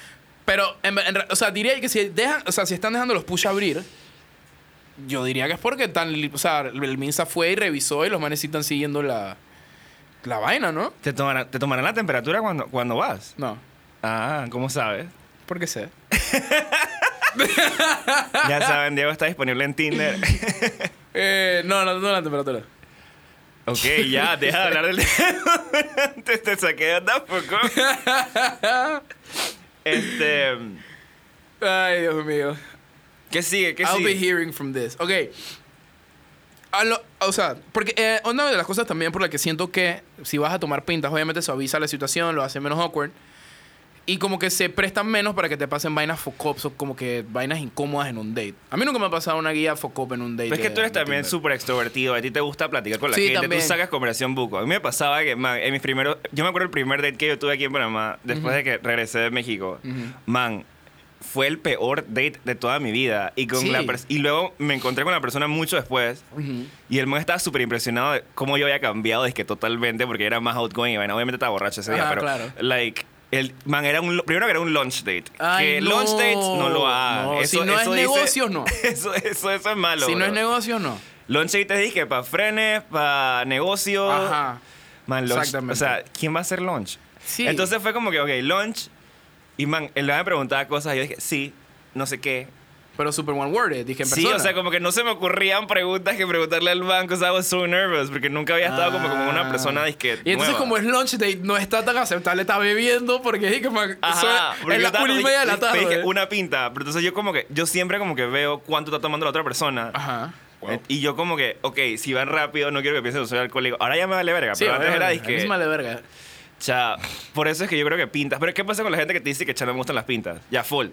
Pero, en ve- en re- o sea, diría que si dejan, o sea, si están dejando los push abrir, yo diría que es porque están, li- o sea, el Minsa fue y revisó y los manes sí están siguiendo la, la vaina, ¿no? ¿Te, tomarán, ¿Te tomarán la temperatura cuando, cuando vas? No, Ah, ¿cómo sabes? porque sé. Ya saben, Diego está disponible en Tinder. Eh, no, no, no la temperatura. Ok, ya, deja de hablar del tema. te, te saqué de tampoco. Este. Ay, Dios mío. ¿Qué sigue? ¿Qué I'll be sigue? hearing from this. Ok. A lo- o sea, porque eh, una de las cosas también por la que siento que si vas a tomar pintas, obviamente suaviza la situación, lo hace menos awkward. Y como que se prestan menos para que te pasen vainas focops o como que vainas incómodas en un date. A mí nunca me ha pasado una guía focop en un date. Pero es que de- tú eres de también Tinder. súper extrovertido, a ti te gusta platicar con la Sí, gente, también. tú sacas conversación buco. A mí me pasaba que, man, en mis primeros, yo me acuerdo el primer date que yo tuve aquí en Panamá, después de que regresé de México, man, fue el peor date de toda mi vida. Y, con Sí. la pers- y luego me encontré con la persona mucho después Ujú. y el man estaba súper impresionado de cómo yo había cambiado, es que totalmente, porque era más outgoing y vaina. Obviamente estaba borracho ese día, Ah, pero, claro. like... El, man, era un, primero que era un lunch date. Ay, que no. lunch dates no lo hagan. No, si no es negocios, no. Eso, eso, eso es malo. Si no es bro. negocio, no. Lunch te dije para frenes, para negocios. Ajá. Man, lunch. Exactamente. O sea, ¿quién va a hacer lunch? Sí. Entonces fue como que, ok, lunch. Y man, él me preguntaba cosas. Y yo dije, sí, no sé qué. Pero super one worded, dije en Sí, persona. o sea, como que no se me ocurrían preguntas que preguntarle al banco. O sea, I was so nervous porque nunca había estado como con una Ah. persona disque. Y entonces, nueva. como es lunch date, no está tan aceptable, está bebiendo porque es que man, Ajá, eso es- porque yo es la estaba- una y media de la dije- tarde. dije, una pinta. Pero entonces yo como que, yo siempre como que veo cuánto está tomando la otra persona. Ajá. Eh, Y yo como que, ok, si van rápido, no quiero que piensen que soy alcohólico. Ahora ya me vale verga, Sí, pero antes vale, era verga. disque... A mí sí me vale verga. sea, por eso es que yo creo que pintas. Pero ¿qué pasa con la gente que te dice que ya no me gustan las pintas? Ya, full.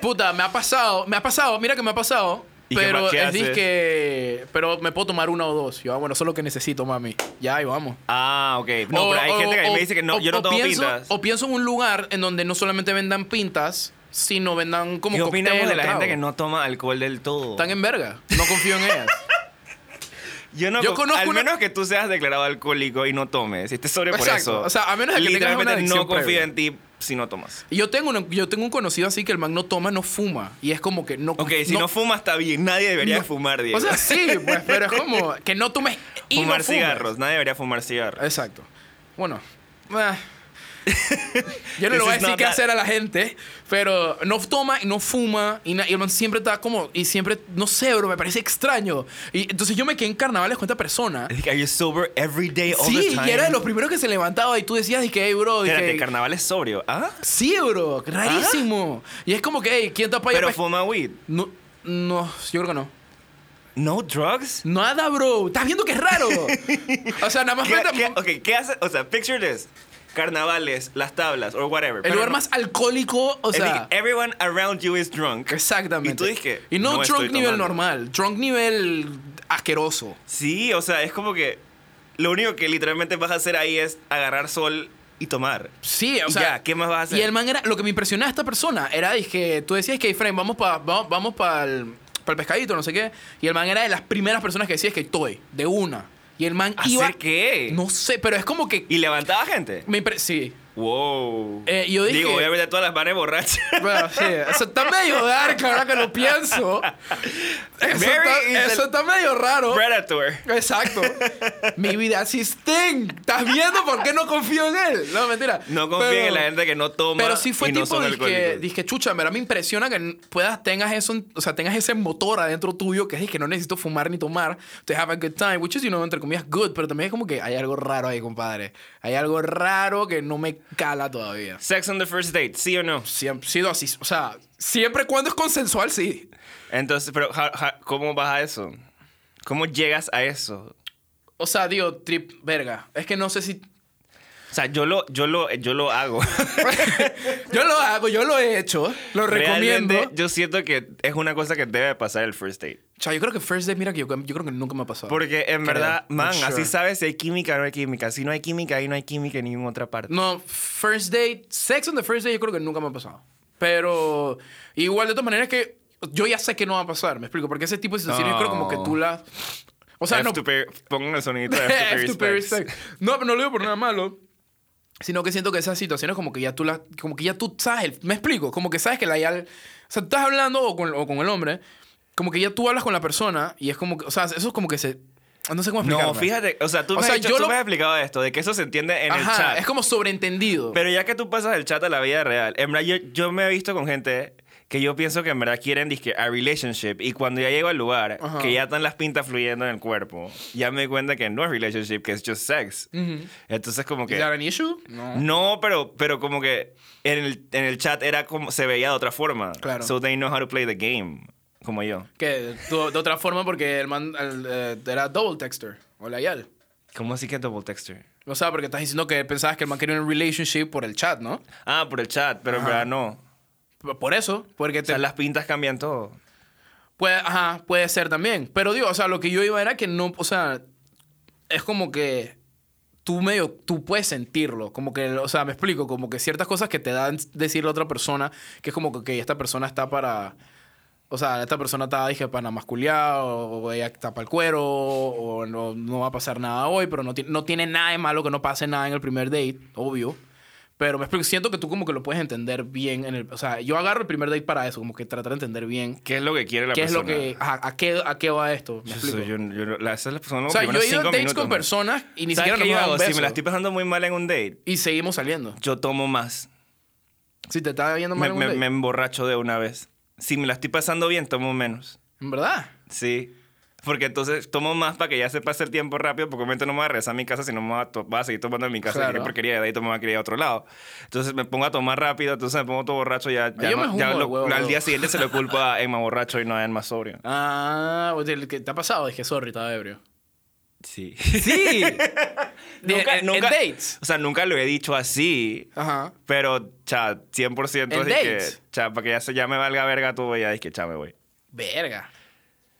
Puta, me ha pasado, me ha pasado, mira que me ha pasado. ¿Y qué Pero más- qué es haces? disque. Pero me puedo tomar una o dos. Yo, ah, bueno, eso es lo que necesito, mami. Ya, ahí vamos. Ah, ok. No, O- pero hay o- gente que a mí o- me dice que no, o- yo no o tomo pienso- pintas. O pienso en un lugar en donde no solamente vendan pintas, sino vendan como ¿Qué opinamos cócteles de o la gente tragos. que no toma alcohol del todo? Están en verga. No confío en ellas. Yo no Yo co- conozco Al una- menos que tú seas declarado alcohólico y no tomes. Si estés sobrio por Exacto. eso. O sea, a menos de que tengas Literalmente una adicción no confío previa. en ti si no tomas. Y yo tengo, una- yo tengo un conocido así que el man no toma, no fuma. Y es como que no Ok, si no, fuma está bien. Nadie debería no- fumar, Diego. O sea, sí, pues, pero es como que no tomes y no fumar fumes. cigarros. Nadie debería fumar cigarros. Exacto. Bueno. eh. Yo This no le voy a is decir not qué that. hacer a la gente, pero no toma y no fuma y, na- y el man siempre está como, y siempre, no sé, bro, me parece extraño. Y entonces yo me quedé en carnavales con esta persona. Es que, Are you sober every day, all the Sí, time? y era de los primeros que se levantaba y tú decías, dije, hey, bro, dije, Espérate, carnaval es sobrio. ¿Ah? sí, bro, rarísimo. Y es como que, hey, ¿quién Pues, tapa Pero fuma weed. No, no, yo creo que no. No drugs? Nada, bro. Estás viendo que es raro. o sea, nada más ¿Qué, falta qué- ok, ¿qué hace? O sea, picture this. Carnavales, las tablas, or whatever. el lugar más alcohólico, o sea, everyone around you is drunk. exactamente. Y tú dije, Y no, "No drunk estoy nivel tomando". normal, drunk nivel asqueroso. Sí, o sea, es como que lo único que literalmente vas a hacer ahí es agarrar sol y tomar. Sí, o Y sea, ya, ¿qué más vas a hacer? Y el man era lo que me impresionaba a esta persona era dije, tú decías que Frame, vamos para vamos, vamos para el pescadito, no sé qué, y el man era de las primeras personas que decía que estoy de una. Y el man ¿Hacer iba qué? No sé, pero es como que ¿Y levantaba gente? me impre- sí, Wow. Eh, yo dije- Digo, obviamente todas las manes borrachas. Bueno, sí. Eso está medio dark ahora que lo pienso. Eso, Mary está, is eso a- está medio raro. Predator. Exacto. Mi vida asisten. ¿Estás viendo por qué no confío en él? No, mentira. No confíen Pero- en la gente que no toma. Pero sí fue y no tipo son dije, alcohólicos. dije, chucha, en verdad me impresiona que n- puedas tengas eso, en- o sea, tengas ese motor adentro tuyo que es que no necesito fumar ni tomar to have a good time, which is you know entre comillas good, pero también es como que hay algo raro ahí, compadre. Hay algo raro que no me cala todavía. Sex on the first date, ¿sí o no? Siempre, sido así, o sea, siempre cuando es consensual, sí. Entonces, pero ja- ja- ¿cómo vas a eso? ¿Cómo llegas a eso? O sea, digo, trip, verga. Es que no sé si. O sea, yo lo, yo lo, yo lo hago. yo lo hago, yo lo he hecho, lo Realmente, recomiendo. Yo siento que es una cosa que debe pasar el first date. Chao, yo creo que First Date, mira que yo, yo creo que nunca me ha pasado. Porque en Creo, verdad, not man, sure. así sabes si hay química o no hay química. Si no hay química, ahí no hay química en ninguna otra parte. No, First Date, Sex on the First Date, yo creo que nunca me ha pasado. Pero igual, de todas maneras, que yo ya sé que no va a pasar, me explico. Porque ese tipo de situaciones, yo creo como que tú las. O sea, F no. to pay- pongan el sonidito de F to pay F to pay respects. respect. No, pero no lo digo por nada malo. Sino que siento que esas situaciones como que ya tú las... Como que ya tú sabes... el- me explico. Como que sabes que la ya... O sea, tú estás hablando o con, o con el hombre. Como que ya tú hablas con la persona y es como que... O sea, eso es como que se... No sé cómo explicarlo. No, fíjate, o sea, tú, O me, sea, has dicho- yo tú lo- me has explicado esto, de que eso se entiende en el Ajá, chat. es como sobreentendido. Pero ya que tú pasas el chat a la vida real, en verdad yo, yo me he visto con gente que yo pienso que en verdad quieren disque a relationship y cuando ya llego al lugar Ajá. que ya están las pintas fluyendo en el cuerpo ya me doy cuenta que no es relationship que es just sex entonces como ¿Is that que an issue? No. no pero pero como que en el, en el chat era como se veía de otra forma Claro. so they know how to play the game como yo Que tú- de otra forma, porque el man el, eh, era double texter. O la IAL. ¿Cómo así que double texture O sea, porque estás diciendo que pensabas que el man quería un relationship por el chat, ¿no? ah por el chat pero en Ajá. verdad no P- Por eso, porque o te, sea las pintas cambian todo puede, ajá, puede ser también. Pero digo, o sea, lo que yo iba era que no, o sea, es como que tú medio, tú puedes sentirlo, como que, o sea, me explico, como que ciertas cosas que te dan decir a otra persona, que es como que ok, esta persona está para, o sea, esta persona está, dije, para masculear, o, o ella está para el cuero, o no, no va a pasar nada hoy, pero no, ti- no tiene nada de malo que no pase nada en el primer date, obvio. Pero me explico, siento que tú como que lo puedes entender bien en el... O sea, yo agarro el primer date para eso, como que tratar de entender bien qué es lo que quiere la ¿Qué es persona lo que, a, a qué, a qué va esto? Me Yo explico. soy- yo- yo- la- esas son o los sea, yo primeros he ido a cinco dates minutos, con man. personas y ni ¿Sabes siquiera qué nos yo dan hago? un Si beso. me la estoy pasando muy mal en un date, Y seguimos saliendo. yo tomo más. Si te está viendo Me, mal en un me- date. me emborracho de una vez. Si me la estoy pasando bien, tomo menos. En verdad. Sí. Porque entonces tomo más para que ya se pase el tiempo rápido, porque obviamente no me voy a regresar a mi casa, sino me voy a, to- voy a seguir tomando en mi casa. Claro. Y qué porquería, de ahí me voy a querer ir a otro lado. Entonces me pongo a tomar rápido, entonces me pongo todo borracho. Ya, ya Yo me no- fumo ya de lo- huevo, al huevo. día siguiente se lo culpa a Emma borracho y no a Emma sobrio. Ah, oye, ¿qué te ha pasado? Dije, sorry, estaba ebrio. Sí. Sí. eh, Nunca- en, nunca- dates. O sea, nunca lo he dicho así. Ajá. Pero, cha, 100% ¿En así que, dates? cha, para que ya, se, ya me valga verga todo, ya es que, cha, me voy. Verga.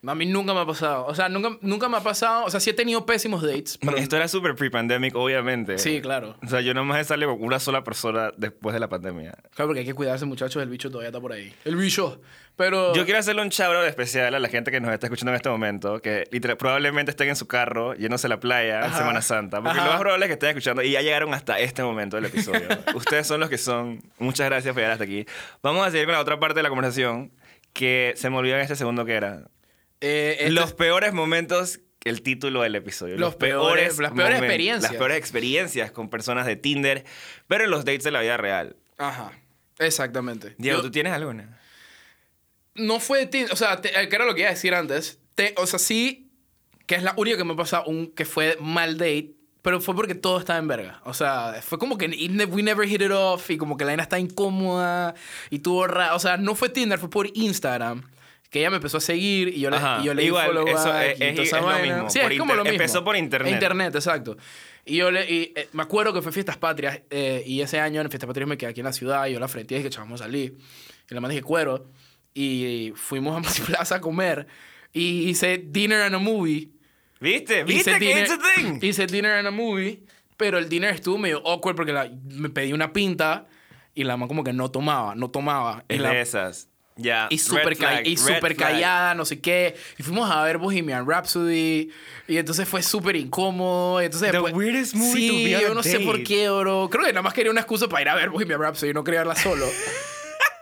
No, A mí nunca me ha pasado. O sea, nunca, nunca me ha pasado. O sea, sí he tenido pésimos dates. pero- Esto era súper pre-pandemic, obviamente. Sí, claro. O sea, yo nomás he salido con una sola persona después de la pandemia. Claro, porque hay que cuidarse, muchachos. El bicho todavía está por ahí. El bicho. Pero. Yo quiero hacerle un chabro especial a la gente que nos está escuchando en este momento, que literal- probablemente estén en su carro yéndose a la playa en Ajá. Semana Santa, porque Ajá. lo más probable es que estén escuchando y ya llegaron hasta este momento del episodio. Ustedes son los que son. Muchas gracias por llegar hasta aquí. Vamos a seguir con la otra parte de la conversación que se me olvidó en este segundo que era. Eh, este- Los peores momentos, el título del episodio. Los peores- las peores experiencias. Las peores experiencias con personas de Tinder, pero en los dates de la vida real. Ajá. Exactamente. Diego, Yo- ¿tú tienes alguna? no fue de ti, o sea, te- eh, que era lo que iba a decir antes. Te- o sea, sí, que es la única que me ha pasado un, que fue mal date, pero fue porque todo estaba en verga. O sea, fue como que it ne- we never hit it off y como que la nena está incómoda y tuvo ra- O sea, no fue Tinder, fue por Instagram. Que ella me empezó a seguir y yo le, Ajá, y yo le di igual, follow eso back es- y es- toda esa es lo vaina. mismo, Sí, por es como lo inter- mismo. empezó por internet. Internet, exacto. Y yo le, y, eh, me acuerdo que fue Fiestas Patrias eh, y ese año en Fiestas Patrias me quedé aquí en la ciudad y yo la frente y dije, chavamos a salir. Y la mandé dije, cuero. Y fuimos a Multiplaza a comer y hice dinner and a movie. ¿Viste? ¿Viste Hice que it's a thing? Hice dinner and a movie, pero el dinner estuvo medio awkward porque la- me pedí una pinta y la mamá como que no tomaba, no tomaba. Y Es la- de esas. Ya. y red súper ca- flag, y red flag. súper callada, no sé qué. Y fuimos a ver Bohemian Rhapsody. Y entonces fue súper incómodo. Y entonces The después- weirdest movie sí, to be on yo a no sé date. por qué, bro. Creo que nada más quería una excusa para ir a ver Bohemian Rhapsody, no quería verla solo.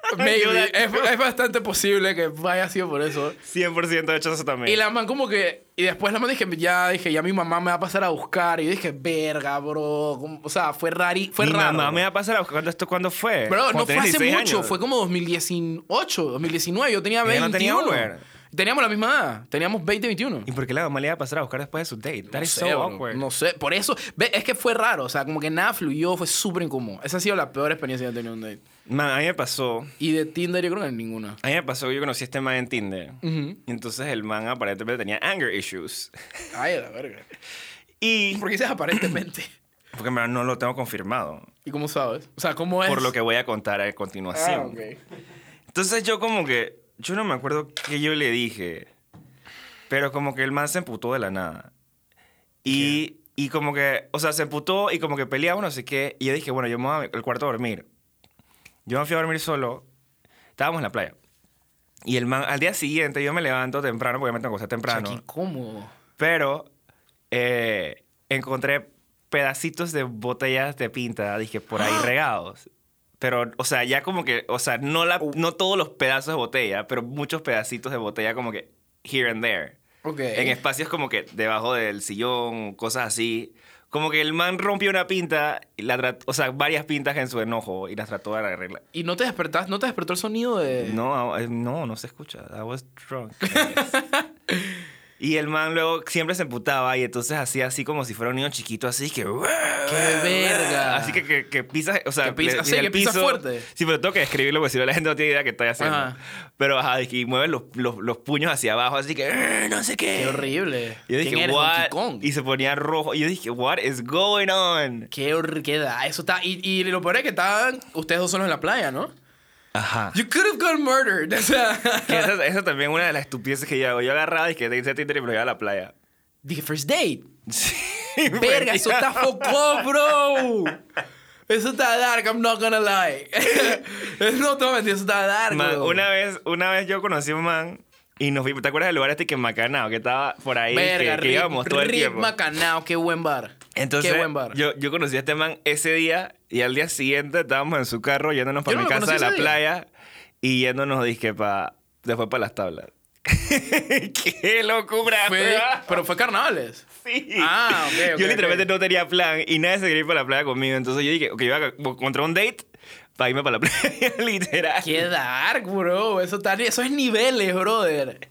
Yo la- Maybe. es, es bastante posible que haya sido por eso. 100% de hecho eso también. Y la man como que... Y después la man dije, ya, dije, ya mi mamá me va a pasar a buscar. Y yo dije, verga, bro. ¿cómo? O sea, fue rari, fue Mi raro. mamá me bro. va a pasar a buscar esto cuándo fue. Bro, no Eh, Cuando fue tenés hace 16 mucho, años. fue como 2018, 2019, yo tenía Ella no tenía 21. Uber. Teníamos la misma edad, teníamos 20, 21. ¿Y por qué la mamá le iba a pasar a buscar después de su date? That no, is sé, so bro, awkward. no sé, por eso, ve, es que fue raro, o sea, como que nada fluyó, fue súper incómodo. Esa ha sido la peor experiencia que he tenido en un date. Man, a mí me pasó. Y de Tinder yo creo que ninguna. A mí me pasó que yo conocí a este man en Tinder. Ujú. Y Entonces el man aparentemente tenía anger issues. Ay, la verga. Y. Porque dices aparentemente. Porque en verdad no lo tengo confirmado. ¿Y cómo sabes? O sea, ¿cómo es? Por lo que voy a contar a continuación. Pues Ah, ok. Entonces yo como que. Yo no me acuerdo qué yo le dije. Pero como que el man se emputó de la nada. Y. Y como que. O sea, se emputó y como que peleamos, no sé qué. Y yo dije, bueno, yo me voy al cuarto a dormir. Yo me fui a dormir solo. Estábamos en la playa. Y el man, al día siguiente yo me levanto temprano, porque me tengo que acostar O sea, temprano. qué incómodo. Pero eh, encontré pedacitos de botellas de pinta, dije, por ahí regados. Pero, o sea, ya como que, o sea, no, la, no todos los pedazos de botella, pero muchos pedacitos de botella como que here and there. Ok. En espacios como que debajo del sillón, cosas así, Como que el man rompió una pinta, y la trat- o sea, varias pintas en su enojo y las trató de arreglar. Y no te despertás, no te despertó el sonido de. No, I- no, no se escucha. I was drunk. y el man luego siempre se emputaba y entonces hacía así como si fuera un niño chiquito, así que... ¡Qué verga! Así que, que, que pisas, o sea, Que pisa- le- sí, en el que pisa fuerte. Sí, pero tengo que describirlo porque si no la gente no tiene idea que estoy haciendo. Ajá. Pero ajá, y mueves los, los, los puños hacia abajo, así que "Eh, no sé qué. Qué horrible. Y yo ¿Quién dije, eres, Donkey what? Kong? Y se ponía rojo. Y yo dije, what is going on? Qué horrible. Eso está. Y, y lo peor es que estaban ustedes dos solos en la playa, ¿no? Ajá. You could have gotten murdered. O sea. Que esa, esa también es una de las estupideces que yo hago. Yo agarraba y que te hice Tinder y me lo llevaba a la playa. Dije, first date. Sí, Verga, eso está focó, bro. Eso está dark, I'm not gonna lie. no te voy a mentir, eso está dark. Man, bro. una, vez, una vez yo conocí a un man y nos vimos. ¿Te acuerdas del lugar este que en Macanao? Que estaba por ahí. Verga, que, que íbamos todo el Rip tiempo. Macanao, qué buen bar. Entonces, qué buen bar. Yo, yo conocí a este man ese día y al día siguiente estábamos en su carro yéndonos Yo para mi no lo casa conocí de la ese día. playa y yéndonos, disque, pa, después para las tablas. ¡Qué locura! Fue- weón! pero fue carnavales. Sí. Ah, ok, ok, Yo literalmente ok. no tenía plan y nadie se quería ir para la playa conmigo. Entonces yo dije, ok, yo voy a encontrar un date para irme para la playa, literal. Qué dark, bro. Eso, está, eso es niveles, brother.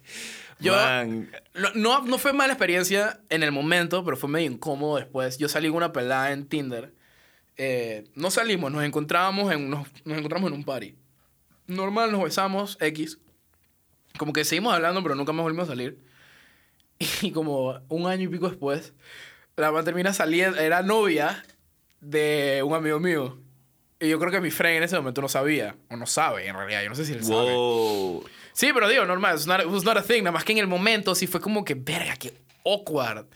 Yo, Man. no- no, no fue mala experiencia en el momento, pero fue medio incómodo después. Yo salí con una pelada en Tinder. Eh, no salimos, nos encontrábamos en, unos- nos encontramos en un party. Normal, nos besamos, X. Como que seguimos hablando, pero nunca más volvimos a salir. Y como un año y pico después, la man termina saliendo, era novia de un amigo mío. Y yo creo que mi friend en ese momento no sabía, o no sabe en realidad, yo no sé si él sabe. Wow. Sí, pero digo, normal, it's not, it was not a thing. Nada más que en el momento sí fue como que, verga, que awkward.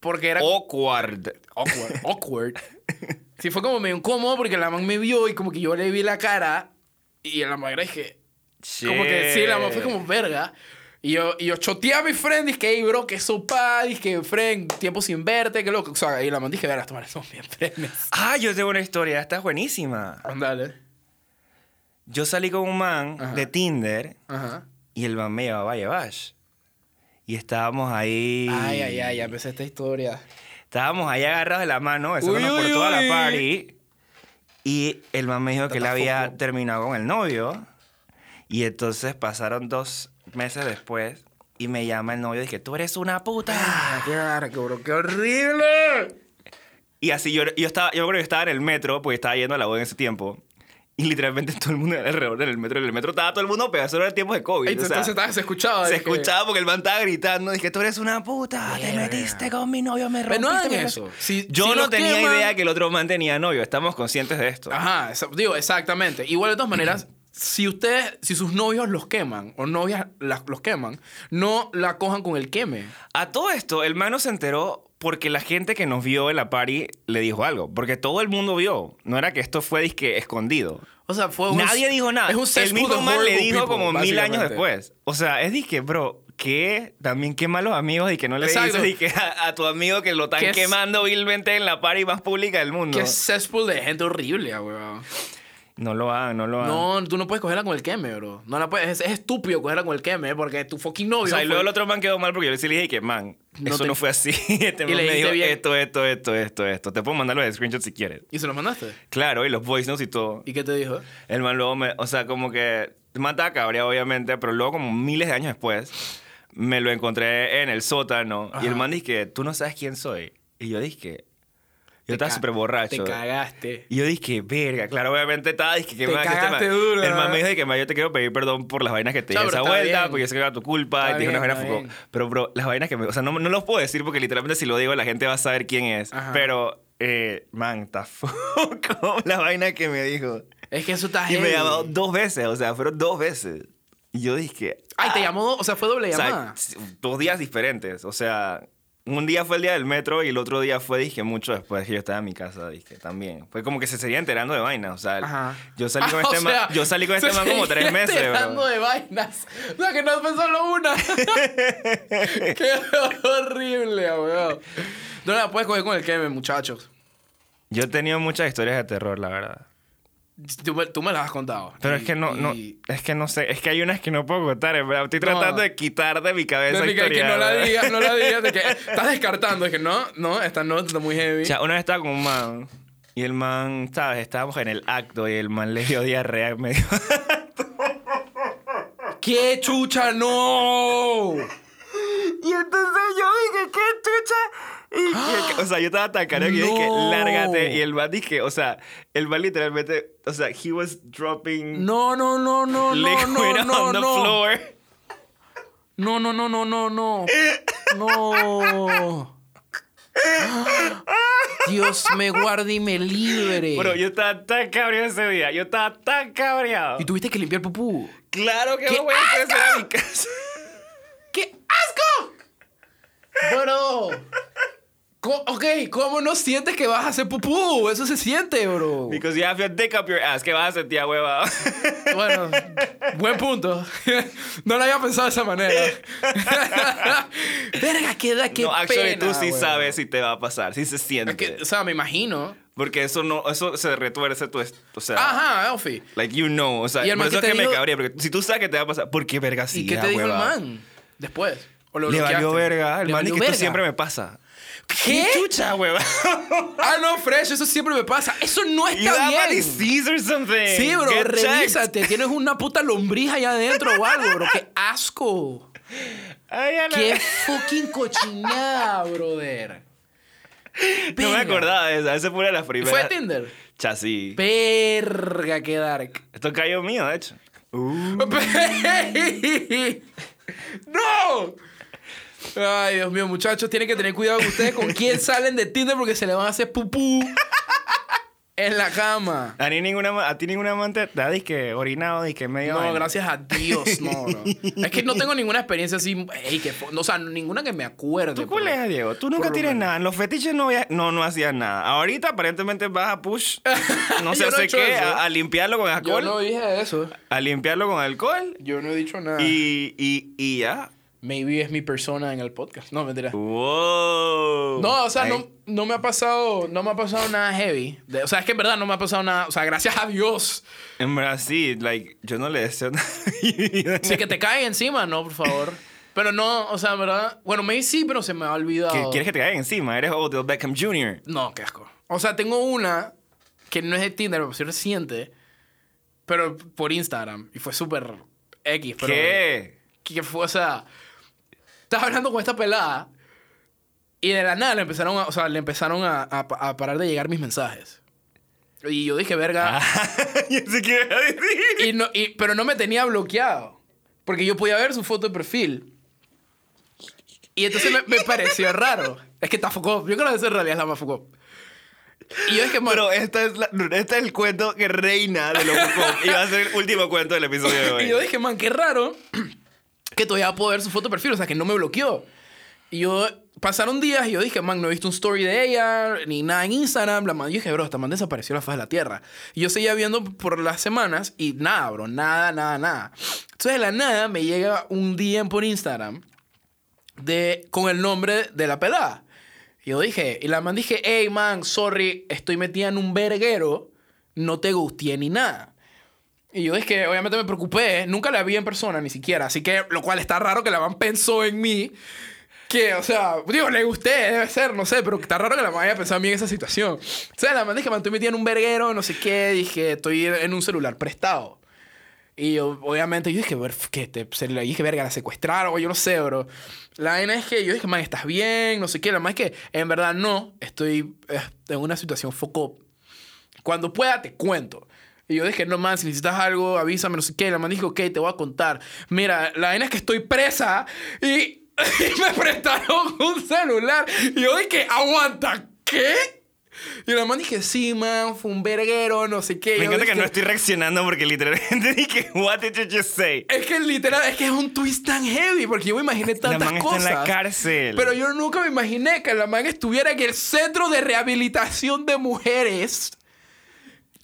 Porque era Awkward. awkward, awkward. Sí fue como medio incómodo porque la man me vio y como que yo le vi la cara y la man dije, como que sí, la man fue como verga. Y yo, y yo choteé a mi friend, dije, hey, bro, qué sopa, dije, friend, tiempo sin verte, qué loco. O sea, y la man dije, verga, estos manes son bien frenes. Ah, yo tengo una historia, esta es buenísima. Ándale. Yo salí con un man Ajá. de Tinder Ajá. y el man me llevaba a Bash. Y estábamos ahí. Ay, ay, ay, ya empecé esta historia. Estábamos ahí agarrados de la mano, eso Uy, por uy, toda uy. la party. Y el man me dijo que él Tata había foco. terminado con el novio. Y entonces pasaron dos meses después y me llama el novio y dije, tú eres una puta. Ah, qué arco, bro, qué horrible. Y así yo, yo estaba, yo creo que estaba en el metro, porque estaba yendo a la boda en ese tiempo. Y literalmente todo el mundo alrededor del metro. En el metro estaba todo el mundo, pero eso era el tiempo de COVID. Ey, o entonces, sea, estaba- se escuchaba. se dije. escuchaba porque el man estaba gritando. Dije, tú eres una puta. Te Verga. metiste con mi novio, me Pero rompiste. no hagan mi- eso. Si- Yo si no los tenía queman- idea que el otro man tenía novio. Estamos conscientes de esto. Ajá, esa- digo, exactamente. Igual de todas maneras, si ustedes, si sus novios los queman o novias las- los queman, no la cojan con el queme. A todo esto, el man no se enteró porque la gente que nos vio en la party le dijo algo. Porque todo el mundo vio. No era que esto fue disque escondido. O sea, fue un- Nadie dijo nada. Oh, Es un el cesspool mismo of man le horrible dijo people, como mil años básicamente. después. O sea, es disque, bro, que también qué malos amigos y que no le Exacto. dices disque a, a tu amigo que lo están Que es- quemando vilmente en la party más pública del mundo. Qué cesspool de gente horrible, weón. No lo hagan, no lo hagan. No, tú no puedes cogerla con el queme, bro. No la puedes, es, es estúpido cogerla con el queme eh, porque tu fucking novio. O sea, y fue- luego el otro man quedó mal porque yo sí le dije que, man, No eso te- no fue así. Este man Y le me dijiste dijo bien. esto, esto, esto, esto, esto. Te puedo mandar los screenshots si quieres. ¿Y se los mandaste? Claro, y los voice notes y todo. ¿Y qué te dijo? El man luego me... O sea, como que... Mata cabrea, obviamente, pero luego como miles de años después me lo encontré en el sótano y el Ajá. man dije, tú no sabes quién soy. Y yo dije... Yo Te estaba ca- súper borracho. Te cagaste. Y yo dije, verga, claro, obviamente estaba, dije, que Te man, que este man- cagaste duro, El man me ¿verdad? dijo que man, yo te quiero pedir perdón por las vainas que te No, di pero esa está vuelta, bien. porque yo sé que era tu culpa, Está y te dije unas bien, vainas está focó. bien. Pero, bro, las vainas que me. O sea, no, no los puedo decir porque literalmente si lo digo la gente va a saber quién es. Ajá. Pero, eh, man, está foco la vaina que me dijo. Es que eso está Y me heavy. llamó dos veces, o sea, fueron dos veces. Y yo dije. "Ah", Ay, te llamó, o sea, fue doble O sea, llamada. dos días diferentes, o sea. Un día fue el día del metro y el otro día fue, dije, mucho después que yo estaba en mi casa, dije, también. Fue como que se seguía enterando de vainas, o sea, el- Ajá. yo salí con Ah, o este man, sea, yo salí con este se man como seguía tres meses, enterando bro. de vainas. O sea, que no fue solo una. Qué horrible, weón. No la puedes coger con el queme, muchachos. Yo he tenido muchas historias de terror, la verdad. Tú me, tú me las has contado. Pero Y- es que no, no, y- es que no sé, es que hay unas que no puedo contar, en verdad. Estoy tratando de quitar de mi cabeza. Desde que, que historia, no la ¿verdad? digas, no la digas. de que estás descartando. Es que no, no, esta no está muy heavy. O sea, una vez estaba con un man y el man, ¿sabes? Estábamos en el acto y el man le dio diarrea en medio. ¡Qué chucha, no! Y entonces yo dije, ¿qué chucha? Y, y el- o sea, yo estaba tan caro que yo dije, No. lárgate. Y el man dije, o sea, el man literalmente, o sea, he was dropping No, no, no, no, no, liquid no, no, on the no. floor. No, no, no, no, no, no. No. Dios me guarde y me libre. Bro, yo estaba tan cabreado ese día. Yo estaba tan cabreado. Y tuviste que limpiar pupú. Claro que ¡Qué no voy a hacer eso a mi casa. ¡Qué asco! Bro. Co- ok, ¿cómo no sientes que vas a hacer pupú? Eso se siente, bro. Because you have your dick up your ass. ¿Qué vas a sentir, hueva? Bueno, buen punto. No lo había pensado de esa manera. Verga, qué da qué no, actually, pena, tú sí weón. sabes si te va a pasar, si se siente. Es que, o sea, me imagino. Porque eso no, eso se retuerce tu, est- o sea, Ajá, Elfi. like you know, o sea, Y el por man eso es que que te me dijo- cabría, porque si tú sabes que te va a pasar, ¿por qué verga sí? ¿Y qué ah, te dijo el hueva? man después? ¿O lo Le bloqueaste? valió verga, el ¿Le man y valió que verga? esto siempre me pasa. ¿Qué? chucha, hueva? Ah, no, Fresh, eso siempre me pasa. Eso no you está have a bien. disease or something. Sí, bro, Get checked. revísate. Tienes una puta lombriz allá adentro o algo, bro. ¡Qué asco! Ay, a la- ¡Qué fucking cochinada, brother! No me Verga. acordaba de esa, esa fue una de las ¿Y primeras. ¿Fue a Tinder? Chasí. Verga, qué dark. Esto cayó mío, de hecho. Uh. ¡No! Ay, Dios mío, muchachos, tienen que tener cuidado con ustedes con quién salen de Tinder porque se le van a hacer pupú en la cama. A, ni ninguna, ma- a ti ninguna amante te ha disque orinado, disque medio. No, vaina? gracias a Dios, no, bro. Es que no tengo ninguna experiencia así, ey, que fo- o sea, ninguna que me acuerde. ¿Tú cuál pero- es, Diego? Tú por nunca lo tienes menos. nada. En los fetiches no, había- no, no hacías nada. Ahorita aparentemente vas a push, no sé Yo no he hace hecho qué, eso. a, a limpiarlo con Yo alcohol. no dije eso. A limpiarlo con alcohol. Yo no he dicho nada. Y, y, y ya. Maybe es mi persona en el podcast. No, mentira. Wow. No, o sea, Ay, no, no me ha pasado, no me ha pasado nada heavy. De- o sea, es que en verdad no me ha pasado nada. O sea, gracias a Dios. En verdad, sí, like, yo no le deseo nada. a mi vida. Sí, que te cae encima, no, por favor. Pero no, o sea, en verdad. Bueno, me sí, pero se me ha olvidado. Que- ¿Quieres que te caigan encima? Eres Odell Beckham Jr. No, qué asco. O sea, tengo una que no es de Tinder, pero sí reciente, pero por Instagram. Y fue súper X. Pero ¿Qué? que fue, o sea, estaba hablando con esta pelada y de la nada le empezaron a, o sea, le empezaron a, a pa- a parar de llegar mis mensajes. Y yo dije, Ah. verga. Yo sé qué iba a decir. Y no- y- pero no me tenía bloqueado. Porque yo podía ver su foto de perfil. Y entonces me, me pareció raro. Es que está Foucault. Yo creo que eso en realidad es la más Foucault. Y yo es que, bueno, Pero esta es la- este es el cuento que reina de los Foucault. y va a ser el último cuento del episodio de hoy. Y yo dije, man, qué raro que todavía puedo ver su foto de perfil, o sea, que no me bloqueó. Y yo, pasaron días y yo dije, man, no he visto un story de ella, ni nada en Instagram. La man, yo dije, bro, esta man desapareció de la faz de la tierra. Y yo seguía viendo por las semanas y nada, bro, nada, nada, nada. Entonces, de la nada, me llega un DM por Instagram de, con el nombre de la pelada. Y yo dije, y la man dije, hey man, sorry, estoy metida en un verguero, no te gusteé ni nada. Y yo dije, obviamente me preocupé, nunca la vi en persona ni siquiera, así que lo cual está raro que la man pensó en mí. Que, o sea, digo, le gusté, debe ser, no sé, pero está raro que la man haya pensado en mí en esa situación. O sea, la man dije, man, estoy metida en un verguero, no sé qué, dije, estoy en un celular prestado. Y yo, obviamente, yo dije, ver, que te, se le- dije, verga, la secuestraron, o yo no sé, bro. La vaina es que yo dije, man, estás bien, no sé qué. La más es que, en verdad, no, estoy eh, en una situación foco. Cuando pueda, te cuento. Y yo dije, no, man, si necesitas algo, avísame, no sé qué. La man dijo, ok, te voy a contar. Mira, la vaina es que estoy presa y, y me prestaron un celular. Y yo dije, aguanta, ¿qué? Y la man dije, sí, man, fue un verguero, no sé qué. Me Yo encanta que dije, no estoy reaccionando porque literalmente dije, what did you just say? es que literal, es que es un twist tan heavy porque yo me imaginé La tantas man está cosas. en la cárcel. Pero yo nunca me imaginé que la man estuviera en el centro de rehabilitación de mujeres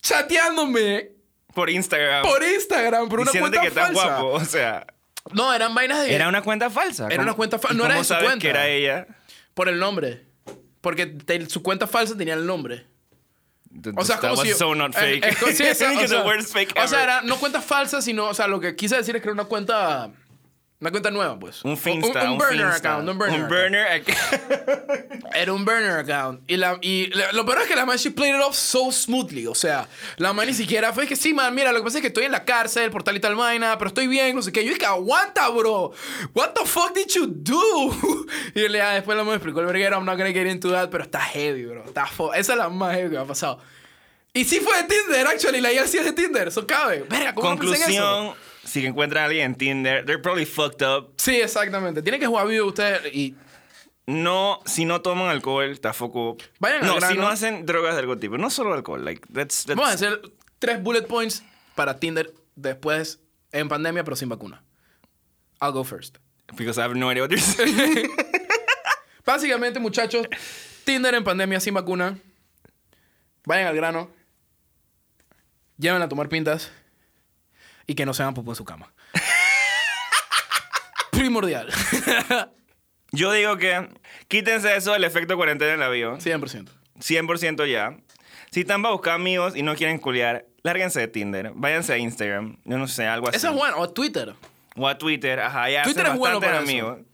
chateándome Por Instagram. por Instagram por una diciéndote cuenta que estás falsa. guapo. O sea, No, eran vainas de era una cuenta falsa. Era ¿Cómo- una cuenta fa- y no era cómo de su sabes cuenta? que era ella? por el nombre. Porque te- su cuenta falsa tenía el nombre. Th- O sea, es that como was si. so not eh, fake. es como si esa- Think o it's the sea, worst fake o ever. sea, era no cuenta falsa, sino. O sea, lo que quise decir es crear una cuenta. Una cuenta nueva, pues. un Finsta, Un, burner Finsta. account. Un burner. Un account. burner account. Era un burner account. Y, la, y la- lo peor es que la man, she played it off so smoothly. O sea, la man ni siquiera fue que sí, man, mira, lo que pasa es que estoy en la cárcel por tal y tal vaina, pero estoy bien, no sé qué. Yo dije, aguanta, bro. What the fuck did you do? Y le, ah, después la man me explicó el verguero, I'm not gonna get into that, pero está heavy, bro. Está fo- Esa es la más heavy que me ha pasado. Y sí fue de Tinder, actually. La IA sí es de Tinder, eso cabe. Verga, ¿cómo no pensé en eso? Conclusión: si encuentran a alguien en Tinder, they're probably fucked up. Sí, exactamente. Tienen que jugar vivo ustedes y No, si no toman alcohol, tampoco. Vayan al no, si grano. no hacen drogas de algún tipo, no solo alcohol. Like, that's, that's- Vamos a hacer tres bullet points para Tinder después en pandemia, pero sin vacuna. I'll go first. Because I have no idea what you're saying. Básicamente, muchachos, Tinder en pandemia sin vacuna. Vayan al grano. Llévenla a tomar pintas. Y que no se hagan popó en su cama. Primordial. Yo digo que quítense eso del efecto cuarentena en el avión. 100%. 100% ya. Si están para buscar amigos y no quieren culiar, lárguense de Tinder, váyanse a Instagram, yo no sé, algo así. Eso es bueno. O Twitter. O a Twitter, ajá, ya Twitter hacen es bueno bastantes para eso. amigos.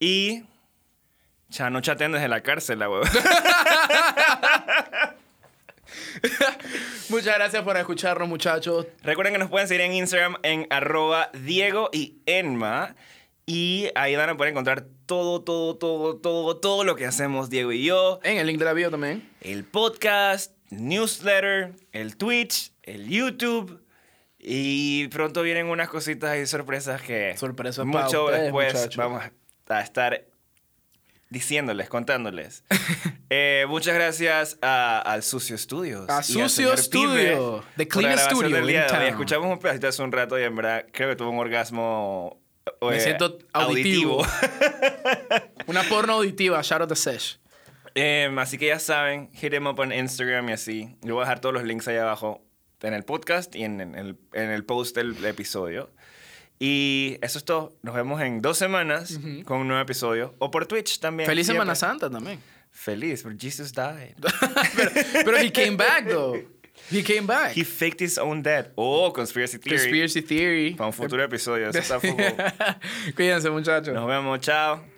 Y ya no chaten desde la cárcel, la huevona. Muchas gracias por escucharnos, muchachos. Recuerden que nos pueden seguir en Instagram en arroba Diego y Enma. Y ahí van a poder encontrar todo, todo, todo, todo, todo lo que hacemos Diego y yo. En el link de la bio también. El podcast, newsletter, el Twitch, el YouTube. Y pronto vienen unas cositas y sorpresas que Sorpresa pa' mucho ustedes, después muchachos. vamos a estar diciéndoles, contándoles. Eh, muchas gracias a, al Sucio Studios. A y al Sucio señor Studio, Pibe the por la cleanest grabación studio del día de in hoy. town. Escuchamos un pedacito hace un rato y en verdad creo que tuvo un orgasmo Me eh, siento auditivo. Una porno auditiva. Shout out to Sesh. Em, así que ya saben, hit em up en Instagram y así. Yo voy a dejar todos los links ahí abajo en el podcast y en, en el, en el post del episodio. Y eso es todo. Nos vemos en dos semanas con un nuevo episodio. O por Twitch también. Feliz Eh, siempre. Semana Santa también. Feliz, but Jesus died. Pero he came back though. He came back. He faked his own death. Oh, conspiracy theory. Conspiracy theory. Para un futuro episodio. Eso está full. Cuídense, muchachos. Nos vemos, chao.